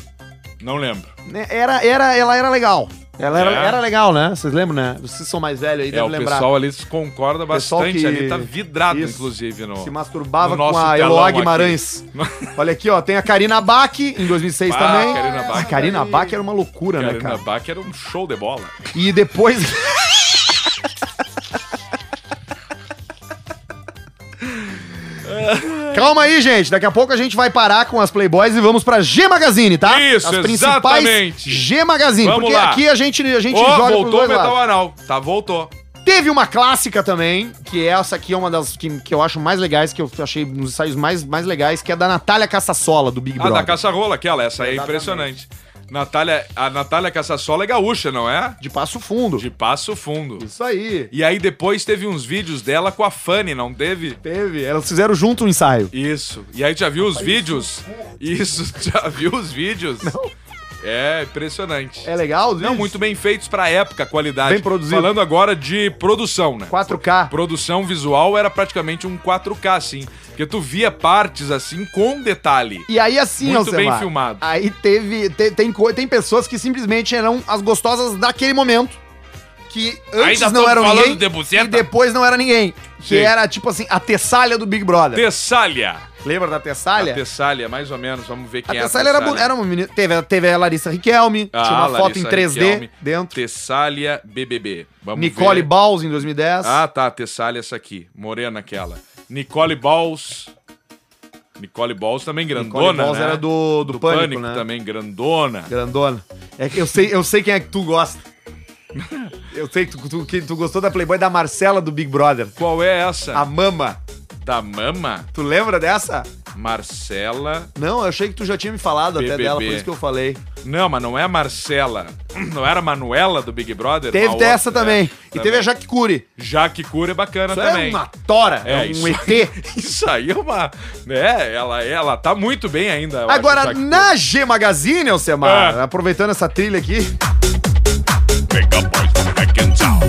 [SPEAKER 4] Não lembro.
[SPEAKER 3] né, Era, era, ela era legal. Ela era,
[SPEAKER 4] É.
[SPEAKER 3] era legal, né? Vocês lembram, né? Vocês são mais velhos aí,
[SPEAKER 4] É, o
[SPEAKER 3] devem lembrar.
[SPEAKER 4] pessoal ali se concorda
[SPEAKER 3] Pessoal
[SPEAKER 4] bastante.
[SPEAKER 3] que-
[SPEAKER 4] Ali tá vidrado,
[SPEAKER 3] Isso.
[SPEAKER 4] inclusive, no.
[SPEAKER 3] se masturbava
[SPEAKER 4] no nosso
[SPEAKER 3] com a
[SPEAKER 4] telão
[SPEAKER 3] Eloá
[SPEAKER 4] aqui. [laughs]
[SPEAKER 3] Guimarães. Olha aqui, ó, tem a Karina Bach, em 2006
[SPEAKER 4] Ah,
[SPEAKER 3] também.
[SPEAKER 4] Karina Bach.
[SPEAKER 3] A Karina Bach era uma loucura, né,
[SPEAKER 4] Karina
[SPEAKER 3] cara?
[SPEAKER 4] Bach era um show de bola. [laughs]
[SPEAKER 3] E depois... Calma aí, gente. Daqui a pouco a gente vai parar com as Playboys e vamos pra G Magazine, tá?
[SPEAKER 4] Isso,
[SPEAKER 3] as principais
[SPEAKER 4] exatamente.
[SPEAKER 3] G Magazine.
[SPEAKER 4] Vamos
[SPEAKER 3] porque
[SPEAKER 4] lá.
[SPEAKER 3] aqui a gente, a gente
[SPEAKER 4] Ó,
[SPEAKER 3] joga pros
[SPEAKER 4] voltou o
[SPEAKER 3] dois
[SPEAKER 4] metal
[SPEAKER 3] lados.
[SPEAKER 4] anal. Tá, voltou.
[SPEAKER 3] Teve uma clássica também, que essa aqui é uma das que, que eu acho mais legais, que eu achei nos ensaios mais, mais legais, que é da Natália Caçassola, do Big
[SPEAKER 4] Ah,
[SPEAKER 3] Brother.
[SPEAKER 4] da caça-rola, aquela. Essa aí é
[SPEAKER 3] Exatamente.
[SPEAKER 4] impressionante. Natália, a Natália Caçassola é gaúcha, não é?
[SPEAKER 3] De Passo Fundo.
[SPEAKER 4] De Passo Fundo.
[SPEAKER 3] Isso aí.
[SPEAKER 4] E aí depois teve uns vídeos dela com a Fanny, não teve?
[SPEAKER 3] Teve. Elas fizeram junto um ensaio.
[SPEAKER 4] [laughs] Isso. E aí já viu os vídeos? Isso, já viu os vídeos? É impressionante.
[SPEAKER 3] É legal? os
[SPEAKER 4] Não,
[SPEAKER 3] vídeos?
[SPEAKER 4] muito bem feitos pra época, a qualidade.
[SPEAKER 3] Bem produzido.
[SPEAKER 4] Falando agora de produção, né?
[SPEAKER 3] 4K.
[SPEAKER 4] Produção visual era praticamente um 4K, assim. Porque tu via partes, assim, com detalhe.
[SPEAKER 3] E aí, assim,
[SPEAKER 4] Muito bem
[SPEAKER 3] Alcemar,
[SPEAKER 4] filmado.
[SPEAKER 3] Aí teve. Tem, tem, co- tem pessoas que simplesmente eram as gostosas daquele momento. Que antes
[SPEAKER 4] Ainda
[SPEAKER 3] não
[SPEAKER 4] tão
[SPEAKER 3] eram
[SPEAKER 4] falando
[SPEAKER 3] ninguém.
[SPEAKER 4] de buceta?
[SPEAKER 3] e depois não era ninguém.
[SPEAKER 4] Sim.
[SPEAKER 3] Que era tipo assim, a Tessália do Big Brother.
[SPEAKER 4] Tessália.
[SPEAKER 3] Lembra da Tessália?
[SPEAKER 4] A Tessália, mais ou menos. Vamos ver
[SPEAKER 3] A
[SPEAKER 4] quem é
[SPEAKER 3] Tessália era, bu- era uma menina. Teve, teve a Larissa Riquelme,
[SPEAKER 4] Ah,
[SPEAKER 3] tinha uma foto
[SPEAKER 4] Larissa
[SPEAKER 3] em 3D
[SPEAKER 4] Riquelme.
[SPEAKER 3] dentro.
[SPEAKER 4] Tessália BBB. Vamos
[SPEAKER 3] Nicole
[SPEAKER 4] ver.
[SPEAKER 3] Balls em 2010.
[SPEAKER 4] Ah, tá, Tessália essa aqui, morena aquela. Nicole Balls. Nicole Balls também grandona,
[SPEAKER 3] Nicole Balls
[SPEAKER 4] né?
[SPEAKER 3] era do, do, Pânico, né?
[SPEAKER 4] também grandona.
[SPEAKER 3] Grandona. É que eu sei, eu sei quem é que tu
[SPEAKER 4] [laughs]
[SPEAKER 3] gosta. Eu sei que tu, tu- que tu gostou da Playboy da Marcela do Big Brother.
[SPEAKER 4] Qual é essa?
[SPEAKER 3] A mama.
[SPEAKER 4] Da Mama?
[SPEAKER 3] Tu lembra dessa?
[SPEAKER 4] Marcela.
[SPEAKER 3] Não, eu achei que tu já tinha me falado até
[SPEAKER 4] BBB.
[SPEAKER 3] dela, por isso que eu falei.
[SPEAKER 4] Não, mas não é a Marcela. Não era a Manuela do Big Brother?
[SPEAKER 3] Teve
[SPEAKER 4] Uma outra,
[SPEAKER 3] dessa também.
[SPEAKER 4] né?
[SPEAKER 3] E teve a Jaque Cury.
[SPEAKER 4] Jaque Cura é bacana
[SPEAKER 3] Isso
[SPEAKER 4] também.
[SPEAKER 3] é uma tora,
[SPEAKER 4] É,
[SPEAKER 3] é, um
[SPEAKER 4] isso. [laughs]
[SPEAKER 3] ET.
[SPEAKER 4] Isso aí é uma. Né? Ela, ela tá muito bem ainda. eu acho,
[SPEAKER 3] Agora,
[SPEAKER 4] Jaque
[SPEAKER 3] na G Magazine, Alcemar,
[SPEAKER 4] Ah.
[SPEAKER 3] aproveitando essa trilha aqui,
[SPEAKER 1] Pega boys from back in town.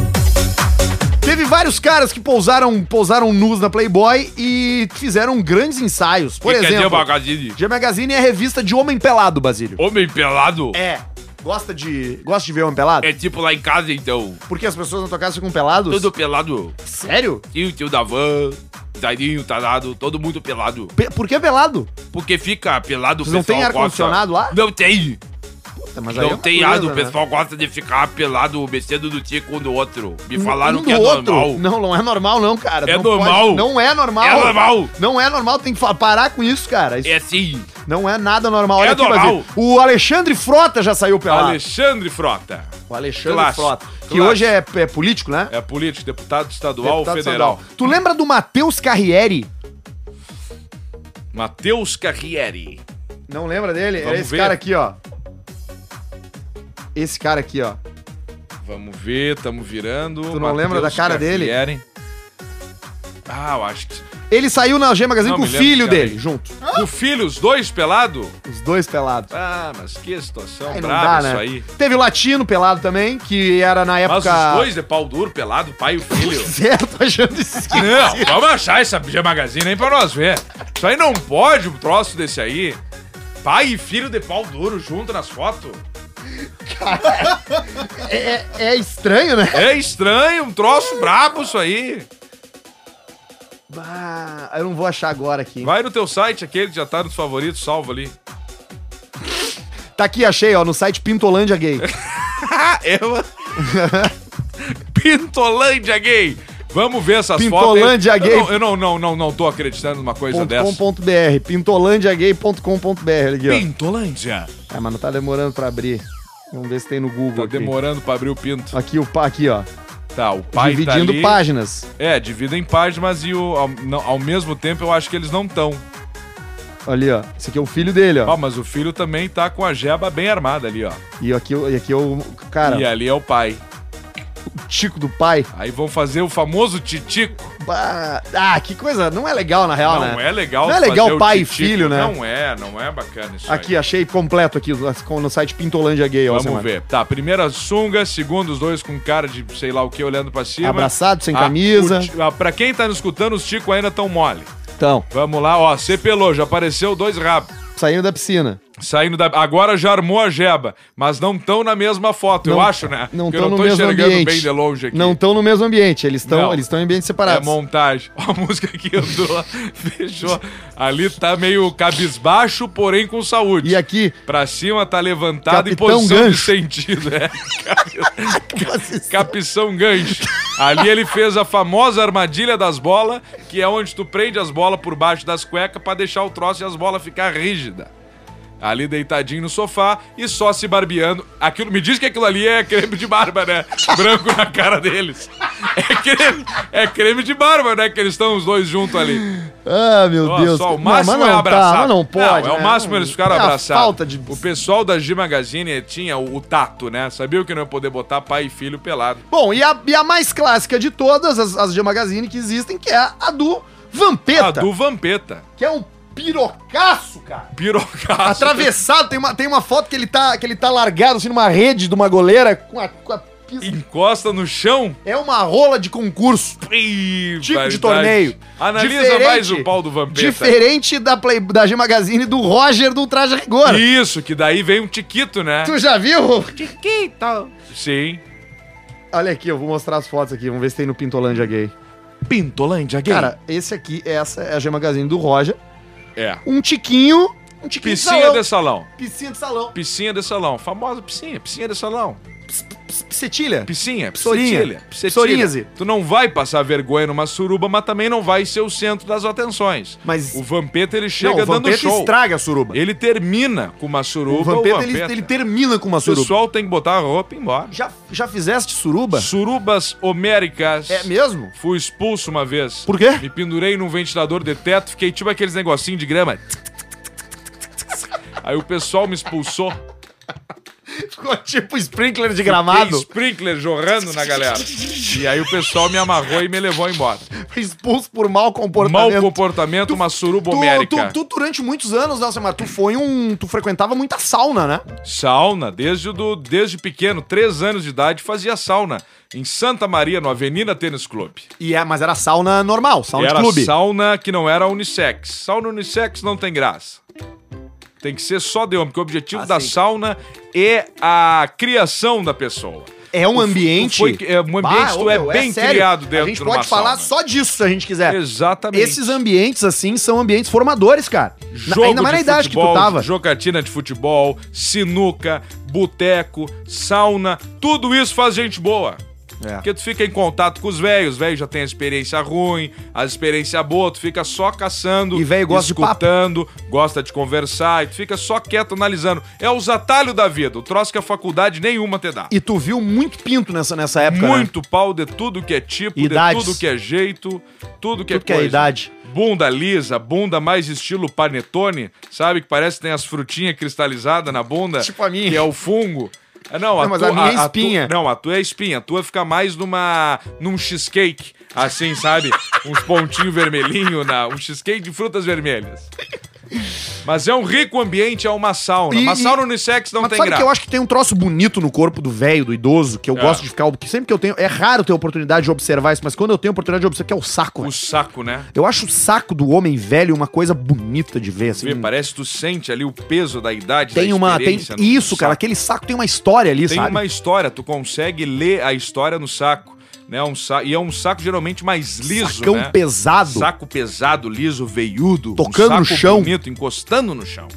[SPEAKER 3] teve vários caras que pousaram, pousaram nus na Playboy e fizeram grandes ensaios. Por
[SPEAKER 4] Que quer dizer,
[SPEAKER 3] exemplo,
[SPEAKER 4] Magazine?
[SPEAKER 3] G Magazine é a revista de homem pelado, Basílio.
[SPEAKER 4] Homem pelado? É.
[SPEAKER 3] É. Gosta de. Gosta de ver homem pelado?
[SPEAKER 4] tipo lá em casa, então.
[SPEAKER 3] Porque as pessoas na tua casa ficam pelados?
[SPEAKER 4] Todo pelado.
[SPEAKER 3] Sério?
[SPEAKER 4] Tio, tio da van. Zairinho, tarado. Todo mundo pelado.
[SPEAKER 3] Pe- Por que pelado?
[SPEAKER 4] Porque fica pelado, o
[SPEAKER 3] Vocês não tem
[SPEAKER 4] pessoal gosta.
[SPEAKER 3] ar-condicionado lá?
[SPEAKER 4] Não tem.
[SPEAKER 3] Puta, mas
[SPEAKER 4] não
[SPEAKER 3] é uma
[SPEAKER 4] tem
[SPEAKER 3] coisa,
[SPEAKER 4] ar. O
[SPEAKER 3] né?
[SPEAKER 4] pessoal gosta de ficar pelado, mexendo do tico um do outro. Me falaram
[SPEAKER 3] Um
[SPEAKER 4] que é
[SPEAKER 3] do outro.
[SPEAKER 4] normal.
[SPEAKER 3] Não, não é normal, não, cara.
[SPEAKER 4] É
[SPEAKER 3] não
[SPEAKER 4] normal.
[SPEAKER 3] pode- Não é normal.
[SPEAKER 4] É normal.
[SPEAKER 3] Não é normal, tem que fa- parar com isso, cara. Isso
[SPEAKER 4] É assim.
[SPEAKER 3] não é nada normal.
[SPEAKER 4] É
[SPEAKER 3] Olha aqui,
[SPEAKER 4] normal.
[SPEAKER 3] Basílio. O Alexandre Frota já saiu pelado.
[SPEAKER 4] Alexandre Frota.
[SPEAKER 3] O Alexandre
[SPEAKER 4] Clássico.
[SPEAKER 3] Frota. Que
[SPEAKER 4] Clássico.
[SPEAKER 3] hoje é, é político, né?
[SPEAKER 4] É político, deputado estadual
[SPEAKER 3] Deputado
[SPEAKER 4] federal.
[SPEAKER 3] estadual. Tu lembra do Matheus Carrieri?
[SPEAKER 4] Matheus Carrieri.
[SPEAKER 3] Não lembra dele? Era
[SPEAKER 4] Vamos
[SPEAKER 3] esse
[SPEAKER 4] ver.
[SPEAKER 3] cara aqui, ó. Esse cara aqui, ó.
[SPEAKER 4] Vamos ver, tamo virando. Tu
[SPEAKER 3] não lembra da cara dele?
[SPEAKER 4] dele? Ah, eu acho que.
[SPEAKER 3] Ele saiu na G Magazine
[SPEAKER 4] Não,
[SPEAKER 3] com o
[SPEAKER 4] me lembro
[SPEAKER 3] filho
[SPEAKER 4] desse cara
[SPEAKER 3] dele,
[SPEAKER 4] aí.
[SPEAKER 3] junto.
[SPEAKER 4] O filho, os dois pelado?
[SPEAKER 3] Os dois pelados.
[SPEAKER 4] Ah, mas que situação
[SPEAKER 3] Aí não
[SPEAKER 4] brava
[SPEAKER 3] dá, né?
[SPEAKER 4] isso aí.
[SPEAKER 3] Teve o Latino pelado também, que era na
[SPEAKER 4] Mas
[SPEAKER 3] época.
[SPEAKER 4] os dois é pau duro, pelado, pai e o filho.
[SPEAKER 3] Certo, [laughs] achando isso. aqui.
[SPEAKER 4] Não, vamos achar essa G Magazine aí pra nós ver. Isso aí não pode, um troço desse aí. Pai e filho de pau duro junto nas fotos. Ah,
[SPEAKER 3] É, é- é estranho, né?
[SPEAKER 4] É estranho, um troço brabo isso aí.
[SPEAKER 3] Bah, eu não vou achar agora aqui.
[SPEAKER 4] Vai no teu site, aquele que já tá nos favoritos, salva ali.
[SPEAKER 3] Tá aqui, achei, ó, no site Pintolândia
[SPEAKER 4] [laughs]
[SPEAKER 3] Gay.
[SPEAKER 4] Ah,
[SPEAKER 3] [laughs]
[SPEAKER 4] eu... Pintolândia gay. Vamos ver essas
[SPEAKER 3] Pintolândia
[SPEAKER 4] fotos. aí.
[SPEAKER 3] gay.
[SPEAKER 4] Eu não, eu não, não, não, não tô acreditando numa coisa dessa.
[SPEAKER 3] .com.br, pintolândiagay.com.br, olha aqui, ó.
[SPEAKER 4] Pintolândia.
[SPEAKER 3] Ah, mas não tá demorando pra abrir. Vamos ver se tem no
[SPEAKER 4] Tá
[SPEAKER 3] Google aqui.
[SPEAKER 4] demorando pra abrir o pinto.
[SPEAKER 3] Aqui, o pá, aqui, ó.
[SPEAKER 4] Tá, o pai
[SPEAKER 3] dividindo
[SPEAKER 4] tá ali.
[SPEAKER 3] páginas.
[SPEAKER 4] É, dividem páginas e o, ao, não, ao mesmo tempo eu acho que eles não estão.
[SPEAKER 3] Ali, ó. Esse aqui é o filho dele, ó.
[SPEAKER 4] Ó, mas o filho também tá com a jeba bem armada ali, ó.
[SPEAKER 3] E aqui, e aqui é o. Cara,
[SPEAKER 4] E ali é o pai.
[SPEAKER 3] o tico do pai.
[SPEAKER 4] Aí vão fazer o famoso titico.
[SPEAKER 3] Bah, Ah, que coisa. Não é legal, na real, né?
[SPEAKER 4] Não é legal
[SPEAKER 3] Não é legal
[SPEAKER 4] fazer o
[SPEAKER 3] pai e
[SPEAKER 4] titico.
[SPEAKER 3] filho, né?
[SPEAKER 4] Não é, não é bacana isso
[SPEAKER 3] Aqui, achei completo aqui no no site Pintolândia Gay, ó.
[SPEAKER 4] Vamos
[SPEAKER 3] semana.
[SPEAKER 4] ver. Tá, primeira sunga, segundo os dois com cara de sei lá o que olhando pra cima.
[SPEAKER 3] Abraçado, sem
[SPEAKER 4] Ah,
[SPEAKER 3] camisa.
[SPEAKER 4] o ti- ah, pra quem tá nos escutando, os ticos ainda tão mole.
[SPEAKER 3] Então,
[SPEAKER 4] Vamos lá, ó, você pelou, já apareceu dois rabos.
[SPEAKER 3] saindo da piscina.
[SPEAKER 4] Saindo da. Agora já armou a jeba, mas não estão na mesma foto, eu
[SPEAKER 3] Não-
[SPEAKER 4] acho, né?
[SPEAKER 3] Não
[SPEAKER 4] Porque eu
[SPEAKER 3] estão no
[SPEAKER 4] não tô
[SPEAKER 3] mesmo
[SPEAKER 4] enxergando
[SPEAKER 3] ambiente.
[SPEAKER 4] bem de longe aqui.
[SPEAKER 3] Não estão no mesmo ambiente. Eles estão
[SPEAKER 4] Não.
[SPEAKER 3] eles estão em ambientes
[SPEAKER 4] É
[SPEAKER 3] separados.
[SPEAKER 4] montagem. [laughs] Ó, a música que entrou, [laughs] fechou. Ali tá meio cabisbaixo, porém com saúde.
[SPEAKER 3] E aqui, [laughs]
[SPEAKER 4] Pra cima tá levantado em
[SPEAKER 3] Capitão
[SPEAKER 4] posição de
[SPEAKER 3] Gancho.
[SPEAKER 4] sentido. É. Capição Gancho. Ali ele fez a famosa armadilha das bolas, que é onde tu prende as bolas por baixo das cuecas pra deixar o troço e as bolas ficar rígida. Ali deitadinho no sofá e só se barbeando. Aquilo, me diz que aquilo ali é creme de barba, né? Branco na cara deles. É creme, é creme de barba, né? Que eles estão os dois juntos ali.
[SPEAKER 3] ah, meu
[SPEAKER 4] Ó,
[SPEAKER 3] Deus.
[SPEAKER 4] só, o
[SPEAKER 3] Não,
[SPEAKER 4] máximo
[SPEAKER 3] mas não
[SPEAKER 4] é
[SPEAKER 3] tá,
[SPEAKER 4] abraçar.
[SPEAKER 3] mas não pode.
[SPEAKER 4] é o
[SPEAKER 3] né?
[SPEAKER 4] máximo eles ficaram
[SPEAKER 3] É a
[SPEAKER 4] abraçados.
[SPEAKER 3] Falta de.
[SPEAKER 4] O pessoal da G Magazine tinha o, o tato, né? Sabia que não ia poder botar pai e filho pelado.
[SPEAKER 3] Bom, e a, e a mais clássica de todas as, as de magazine que existem, que é a do Vampeta.
[SPEAKER 4] A do Vampeta.
[SPEAKER 3] Que é um pirocaço, cara.
[SPEAKER 4] Pirocaço.
[SPEAKER 3] Atravessado, tem uma, tem uma foto que ele, tá, que ele tá largado assim numa rede de uma goleira com a, com a pista.
[SPEAKER 4] Encosta no chão.
[SPEAKER 3] É uma rola de concurso.
[SPEAKER 4] Ih,
[SPEAKER 3] tipo
[SPEAKER 4] variedade.
[SPEAKER 3] de torneio.
[SPEAKER 4] Analisa
[SPEAKER 3] Diferente-
[SPEAKER 4] mais o pau do Vampeta.
[SPEAKER 3] Diferente da, Play, da G Magazine do Roger do Traje a Rigor.
[SPEAKER 4] Isso, que daí vem um tiquito, né?
[SPEAKER 3] Tu já viu?
[SPEAKER 4] Sim.
[SPEAKER 3] Olha aqui, eu vou mostrar as fotos aqui, vamos ver se tem no Pintolândia Gay.
[SPEAKER 4] Pintolândia gay.
[SPEAKER 3] Cara, esse aqui, essa é a G Magazine do Roger.
[SPEAKER 4] é.
[SPEAKER 3] Um tiquinho, um tiquinho de
[SPEAKER 4] Piscinha
[SPEAKER 3] salão.
[SPEAKER 4] de salão.
[SPEAKER 3] Piscinha de salão.
[SPEAKER 4] Piscinha de salão. Famosa piscinha. Piscinha de salão.
[SPEAKER 3] Ps- Piscetilha.
[SPEAKER 4] Piscinha.
[SPEAKER 3] Psorinha.
[SPEAKER 4] piscetilha, piscetilha.
[SPEAKER 3] Psoríase.
[SPEAKER 4] Tu não vai passar vergonha numa suruba, mas também não vai ser o centro das atenções.
[SPEAKER 3] Mas-
[SPEAKER 4] O Vampeta, ele chega
[SPEAKER 3] o Vampeta
[SPEAKER 4] é dando show.
[SPEAKER 3] estraga a suruba.
[SPEAKER 4] Ele termina com uma suruba,
[SPEAKER 3] o Vampeta, Ele, ele termina com uma
[SPEAKER 4] O
[SPEAKER 3] suruba.
[SPEAKER 4] pessoal tem que botar a roupa e ir embora.
[SPEAKER 3] Já, já fizeste suruba?
[SPEAKER 4] Surubas homéricas.
[SPEAKER 3] É mesmo? [laughs]
[SPEAKER 4] Fui expulso uma vez.
[SPEAKER 3] Por quê?
[SPEAKER 4] Me pendurei num ventilador de teto, fiquei tipo aqueles negocinhos de grama. Aí o pessoal me expulsou.
[SPEAKER 3] Ficou tipo sprinkler de
[SPEAKER 4] Tem
[SPEAKER 3] gramado.
[SPEAKER 4] sprinkler jorrando na galera. E aí o pessoal me amarrou e me levou embora.
[SPEAKER 3] Foi expulso por mau comportamento.
[SPEAKER 4] Mau comportamento, uma suruba
[SPEAKER 3] Tu,
[SPEAKER 4] homérica.
[SPEAKER 3] tu, tu, durante muitos anos, nossa, mas tu foi um. Tu frequentava muita sauna, né?
[SPEAKER 4] Sauna, desde, o do, desde pequeno, três anos de idade, fazia sauna. Em Santa Maria, no Avenida Tênis Clube.
[SPEAKER 3] E é, mas era sauna normal, sauna
[SPEAKER 4] era
[SPEAKER 3] de clube.
[SPEAKER 4] sauna que não era unissex. Sauna unissex não tem graça. Tem que ser só de homem, porque o objetivo
[SPEAKER 3] Ah,
[SPEAKER 4] da
[SPEAKER 3] sim.
[SPEAKER 4] sauna é a criação da pessoa.
[SPEAKER 3] É um
[SPEAKER 4] Tu- tu
[SPEAKER 3] ambiente.
[SPEAKER 4] foi- é um ambiente que
[SPEAKER 3] Ah,
[SPEAKER 4] tu
[SPEAKER 3] ô,
[SPEAKER 4] é
[SPEAKER 3] meu,
[SPEAKER 4] bem
[SPEAKER 3] sério.
[SPEAKER 4] criado dentro
[SPEAKER 3] A gente
[SPEAKER 4] numa
[SPEAKER 3] pode falar
[SPEAKER 4] sauna.
[SPEAKER 3] só disso se a gente quiser.
[SPEAKER 4] Exatamente.
[SPEAKER 3] Esses ambientes, assim, são ambientes formadores, cara. Na- ainda mais na idade que tu tava.
[SPEAKER 4] Jocatina de futebol, sinuca, boteco, sauna, tudo isso faz gente boa.
[SPEAKER 3] É.
[SPEAKER 4] Porque tu fica em contato com os velhos, os velhos já tem a experiência ruim, a experiência boa, tu fica só caçando,
[SPEAKER 3] E velho gosta de papo.
[SPEAKER 4] escutando, gosta de conversar, e tu fica só quieto analisando. É os atalhos da vida, o troço que a faculdade nenhuma te dá.
[SPEAKER 3] E tu viu muito pinto nessa, nessa época, né?
[SPEAKER 4] Muito pau de tudo que é tipo,
[SPEAKER 3] Idades.
[SPEAKER 4] de tudo que é jeito, tudo que é
[SPEAKER 3] Tudo que é
[SPEAKER 4] coisa.
[SPEAKER 3] idade.
[SPEAKER 4] Bunda lisa, bunda mais estilo panetone, sabe? Que parece que tem as frutinhas cristalizadas na bunda.
[SPEAKER 3] Tipo a minha.
[SPEAKER 4] Que é o fungo. Ah, Não,
[SPEAKER 3] Não, mas a minha é espinha.
[SPEAKER 4] tu- não, a tua é espinha. A tua fica mais numa, num cheesecake, assim,
[SPEAKER 3] [laughs]
[SPEAKER 4] sabe? Uns pontinhos vermelhinhos, na- um cheesecake de frutas vermelhas. Mas é um rico ambiente, é uma sauna.
[SPEAKER 3] E-
[SPEAKER 4] uma
[SPEAKER 3] e-
[SPEAKER 4] sauna unissex não
[SPEAKER 3] Mas
[SPEAKER 4] tem
[SPEAKER 3] sabe
[SPEAKER 4] graça.
[SPEAKER 3] que eu acho que tem um troço bonito no corpo do velho, do idoso, que eu
[SPEAKER 4] É.
[SPEAKER 3] gosto de ficar. Que sempre que eu tenho. É raro ter oportunidade de observar isso, mas quando eu tenho oportunidade de observar, que é o saco.
[SPEAKER 4] O
[SPEAKER 3] velho.
[SPEAKER 4] saco, né?
[SPEAKER 3] Eu acho o saco do homem velho uma coisa bonita de ver, assim.
[SPEAKER 4] Vê, parece que tu sente ali o peso da idade,
[SPEAKER 3] tem
[SPEAKER 4] da
[SPEAKER 3] uma. Tem,
[SPEAKER 4] experiência né? no-
[SPEAKER 3] isso,
[SPEAKER 4] no
[SPEAKER 3] cara.
[SPEAKER 4] saco.
[SPEAKER 3] Aquele saco tem uma história ali,
[SPEAKER 4] Tem
[SPEAKER 3] sabe?
[SPEAKER 4] uma história, tu consegue ler a história no saco, né? Um sa... E é um saco geralmente mais liso,
[SPEAKER 3] Sacão
[SPEAKER 4] né?
[SPEAKER 3] pesado.
[SPEAKER 4] Saco pesado, liso, veiudo. um
[SPEAKER 3] Tocando no
[SPEAKER 4] saco
[SPEAKER 3] chão.
[SPEAKER 4] bonito, encostando no chão.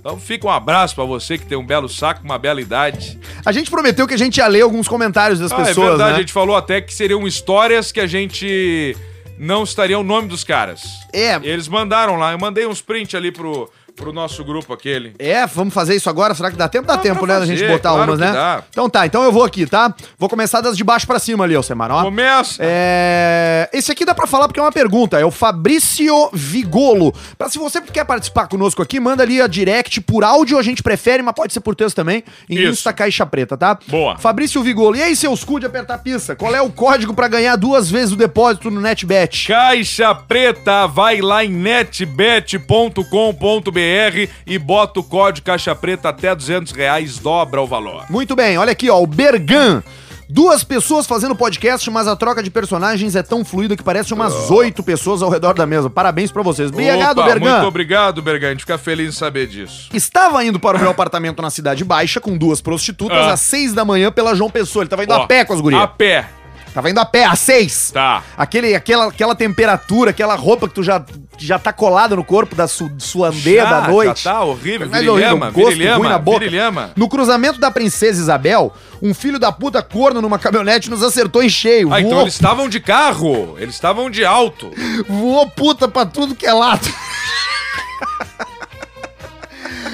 [SPEAKER 4] Então fica um abraço pra você que tem um belo saco, uma bela idade.
[SPEAKER 3] A gente prometeu que a gente ia ler alguns comentários das
[SPEAKER 4] Ah,
[SPEAKER 3] pessoas,
[SPEAKER 4] é verdade,
[SPEAKER 3] né?
[SPEAKER 4] a gente falou até que seriam histórias que a gente não estaria o nome dos caras.
[SPEAKER 3] É.
[SPEAKER 4] Eles mandaram lá, eu mandei uns print ali pro, pro nosso grupo aquele.
[SPEAKER 3] É, vamos fazer isso agora? Será que dá tempo? Dá
[SPEAKER 4] Dá
[SPEAKER 3] tempo,
[SPEAKER 4] pra
[SPEAKER 3] né? da
[SPEAKER 4] fazer,
[SPEAKER 3] gente botar
[SPEAKER 4] claro
[SPEAKER 3] umas,
[SPEAKER 4] que
[SPEAKER 3] né?
[SPEAKER 4] dá.
[SPEAKER 3] Então tá, então eu vou aqui, tá? Vou começar das de baixo pra cima ali, ó, Semana, ó.
[SPEAKER 4] Começa!
[SPEAKER 3] É, esse aqui dá pra falar porque é uma pergunta. É o Fabrício Vigolo. Pra se você quer participar conosco aqui, manda ali a direct por áudio, a gente prefere, mas pode ser por texto também. Em
[SPEAKER 4] Isso.
[SPEAKER 3] Insta Caixa Preta, tá?
[SPEAKER 4] Boa.
[SPEAKER 3] Fabrício Vigolo. E aí, seus cu de apertar pista? Qual é o código pra ganhar duas vezes o depósito no NetBet?
[SPEAKER 4] Caixa Preta, vai lá em netbet.com.br e bota o código Caixa Preta até 200 reais, dobra o valor.
[SPEAKER 3] Muito bem, olha aqui, ó, o Bergan. Duas pessoas fazendo podcast, mas a troca de personagens é tão fluida que parece umas oito pessoas ao redor da mesa. Parabéns pra vocês. Obrigado,
[SPEAKER 4] Oh. Opa,
[SPEAKER 3] Bergan.
[SPEAKER 4] Muito obrigado, Bergan. A gente fica feliz em saber disso.
[SPEAKER 3] Estava indo para o meu apartamento na Cidade Baixa com duas prostitutas
[SPEAKER 4] Ah.
[SPEAKER 3] às seis da manhã pela João Pessoa. Ele tava indo
[SPEAKER 4] Ó,
[SPEAKER 3] a pé com as gurias.
[SPEAKER 4] A pé.
[SPEAKER 3] Tava indo a pé às seis.
[SPEAKER 4] Tá.
[SPEAKER 3] Aquele, aquela, aquela temperatura, aquela roupa que tu já, que já tá colada no corpo da su, suandeia
[SPEAKER 4] Já,
[SPEAKER 3] da Um noite.
[SPEAKER 4] Já tá horrível.
[SPEAKER 3] Mas é horrível,
[SPEAKER 4] Virilhama,
[SPEAKER 3] um gosto ruim na
[SPEAKER 4] virilhama,
[SPEAKER 3] boca.
[SPEAKER 4] virilhama.
[SPEAKER 3] No cruzamento da Princesa Isabel, um filho da puta corno numa caminhonete nos acertou em cheio.
[SPEAKER 4] Ah, então
[SPEAKER 3] voou,
[SPEAKER 4] eles estavam de carro. Eles estavam de alto.
[SPEAKER 3] voou puta pra tudo que é lado.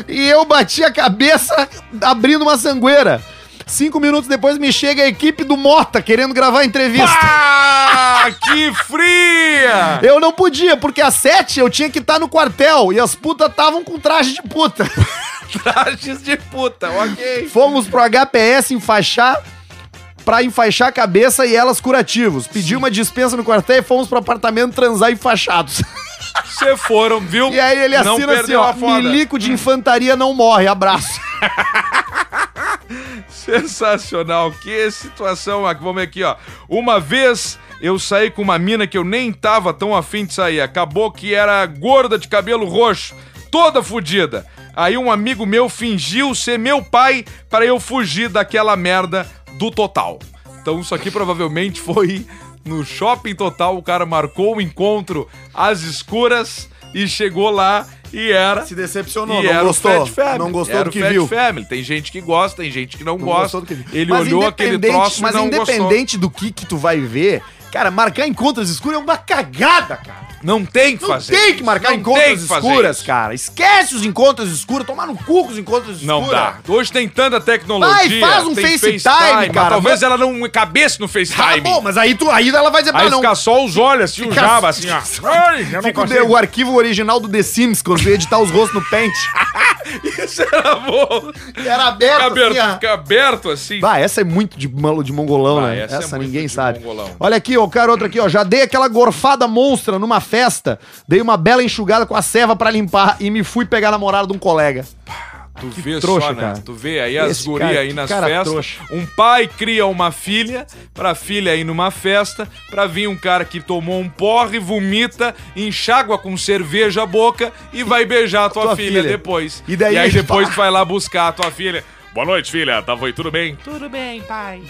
[SPEAKER 3] e eu bati a cabeça abrindo uma sangueira. Cinco minutos depois me chega a equipe do Mota querendo gravar a entrevista. [laughs]
[SPEAKER 4] Ah, que fria!
[SPEAKER 3] Eu não podia, porque às sete eu tinha que estar no quartel e as putas estavam com traje de puta. [laughs]
[SPEAKER 4] Trajes de puta, ok.
[SPEAKER 3] Fomos pro HPS enfaixar pra enfaixar a cabeça e elas curativos. Pedi uma dispensa no quartel e fomos pro apartamento transar enfaixados.
[SPEAKER 4] Você foram, viu?
[SPEAKER 3] E aí ele
[SPEAKER 4] Não
[SPEAKER 3] assina assim,
[SPEAKER 4] perdeu
[SPEAKER 3] ó,
[SPEAKER 4] a foda.
[SPEAKER 3] milico de infantaria não morre, abraço.
[SPEAKER 4] Sensacional, que situação. Aqui, vamos ver aqui, ó. Uma vez eu saí com uma mina que eu nem tava tão afim de sair. Acabou que era gorda de cabelo roxo, toda fodida. Aí um amigo meu fingiu ser meu pai para eu fugir daquela merda do total. Então isso aqui provavelmente foi no shopping total. O cara marcou o encontro às escuras e chegou lá e era
[SPEAKER 3] Se decepcionou,
[SPEAKER 4] e
[SPEAKER 3] não
[SPEAKER 4] era o
[SPEAKER 3] gostou,
[SPEAKER 4] Fat Family.
[SPEAKER 3] não gostou
[SPEAKER 4] Era
[SPEAKER 3] do
[SPEAKER 4] o
[SPEAKER 3] que
[SPEAKER 4] Fat
[SPEAKER 3] viu.
[SPEAKER 4] Family. Tem gente que gosta, tem gente que não,
[SPEAKER 3] Não
[SPEAKER 4] gosta.
[SPEAKER 3] gostou do que-
[SPEAKER 4] Ele
[SPEAKER 3] Mas
[SPEAKER 4] olhou aquele
[SPEAKER 3] independente-
[SPEAKER 4] troço
[SPEAKER 3] Mas
[SPEAKER 4] e não gostou.
[SPEAKER 3] independente do que que tu vai ver, cara, marcar encontros escuras é uma cagada, cara.
[SPEAKER 4] Não tem que
[SPEAKER 3] Não
[SPEAKER 4] fazer.
[SPEAKER 3] tem que
[SPEAKER 4] isso.
[SPEAKER 3] marcar
[SPEAKER 4] Não tem
[SPEAKER 3] encontros
[SPEAKER 4] que fazer
[SPEAKER 3] escuras,
[SPEAKER 4] isso.
[SPEAKER 3] cara. Esquece os encontros escuros, tomar no cu com os encontros escuros.
[SPEAKER 4] Não dá. Hoje tem tanta tecnologia.
[SPEAKER 3] Vai, faz um
[SPEAKER 4] tem
[SPEAKER 3] FaceTime,
[SPEAKER 4] mas
[SPEAKER 3] cara.
[SPEAKER 4] Talvez ela não cabesse no FaceTime.
[SPEAKER 3] Tá bom, mas aí, tu, aí ela vai dizer
[SPEAKER 4] Aí
[SPEAKER 3] pra não.
[SPEAKER 4] fica só os olhos, assim, o
[SPEAKER 3] Fica-
[SPEAKER 4] Java, assim, ó. Ai, eu não
[SPEAKER 3] Fica o, de-
[SPEAKER 4] consigo.
[SPEAKER 3] o arquivo original do The Sims, quando tu ia editar os rostos
[SPEAKER 4] [laughs]
[SPEAKER 3] no Paint.
[SPEAKER 4] Isso era bom.
[SPEAKER 3] Era aberto,
[SPEAKER 4] Fica aberto,
[SPEAKER 3] assim, ó.
[SPEAKER 4] fica aberto, assim.
[SPEAKER 3] Bah, essa é muito de, malo- de mongolão,
[SPEAKER 4] Bah,
[SPEAKER 3] né?
[SPEAKER 4] essa
[SPEAKER 3] Essa,
[SPEAKER 4] é muito
[SPEAKER 3] ninguém
[SPEAKER 4] de
[SPEAKER 3] sabe.
[SPEAKER 4] mongolão.
[SPEAKER 3] Olha aqui, ó, cara, outra aqui, ó. Já dei aquela gorfada monstra numa festa, dei uma bela enxugada com a ceva pra limpar e me fui pegar a namorada de um colega.
[SPEAKER 4] Tu vê
[SPEAKER 3] trouxa,
[SPEAKER 4] só, né?
[SPEAKER 3] cara.
[SPEAKER 4] Tu vê aí as
[SPEAKER 3] Esse
[SPEAKER 4] gurias
[SPEAKER 3] cara,
[SPEAKER 4] aí
[SPEAKER 3] que
[SPEAKER 4] nas
[SPEAKER 3] cara
[SPEAKER 4] festas.
[SPEAKER 3] trouxa.
[SPEAKER 4] Um pai cria uma filha, pra filha ir numa festa, pra vir um cara que tomou um porre, vomita, enxágua com cerveja a boca e vai beijar [laughs] a tua,
[SPEAKER 3] Tua
[SPEAKER 4] filha,
[SPEAKER 3] filha.
[SPEAKER 4] depois.
[SPEAKER 3] E daí
[SPEAKER 4] aí
[SPEAKER 3] ele
[SPEAKER 4] depois
[SPEAKER 3] fala-
[SPEAKER 4] tu vai lá buscar a tua filha. Boa noite, filha. Tava aí tudo bem?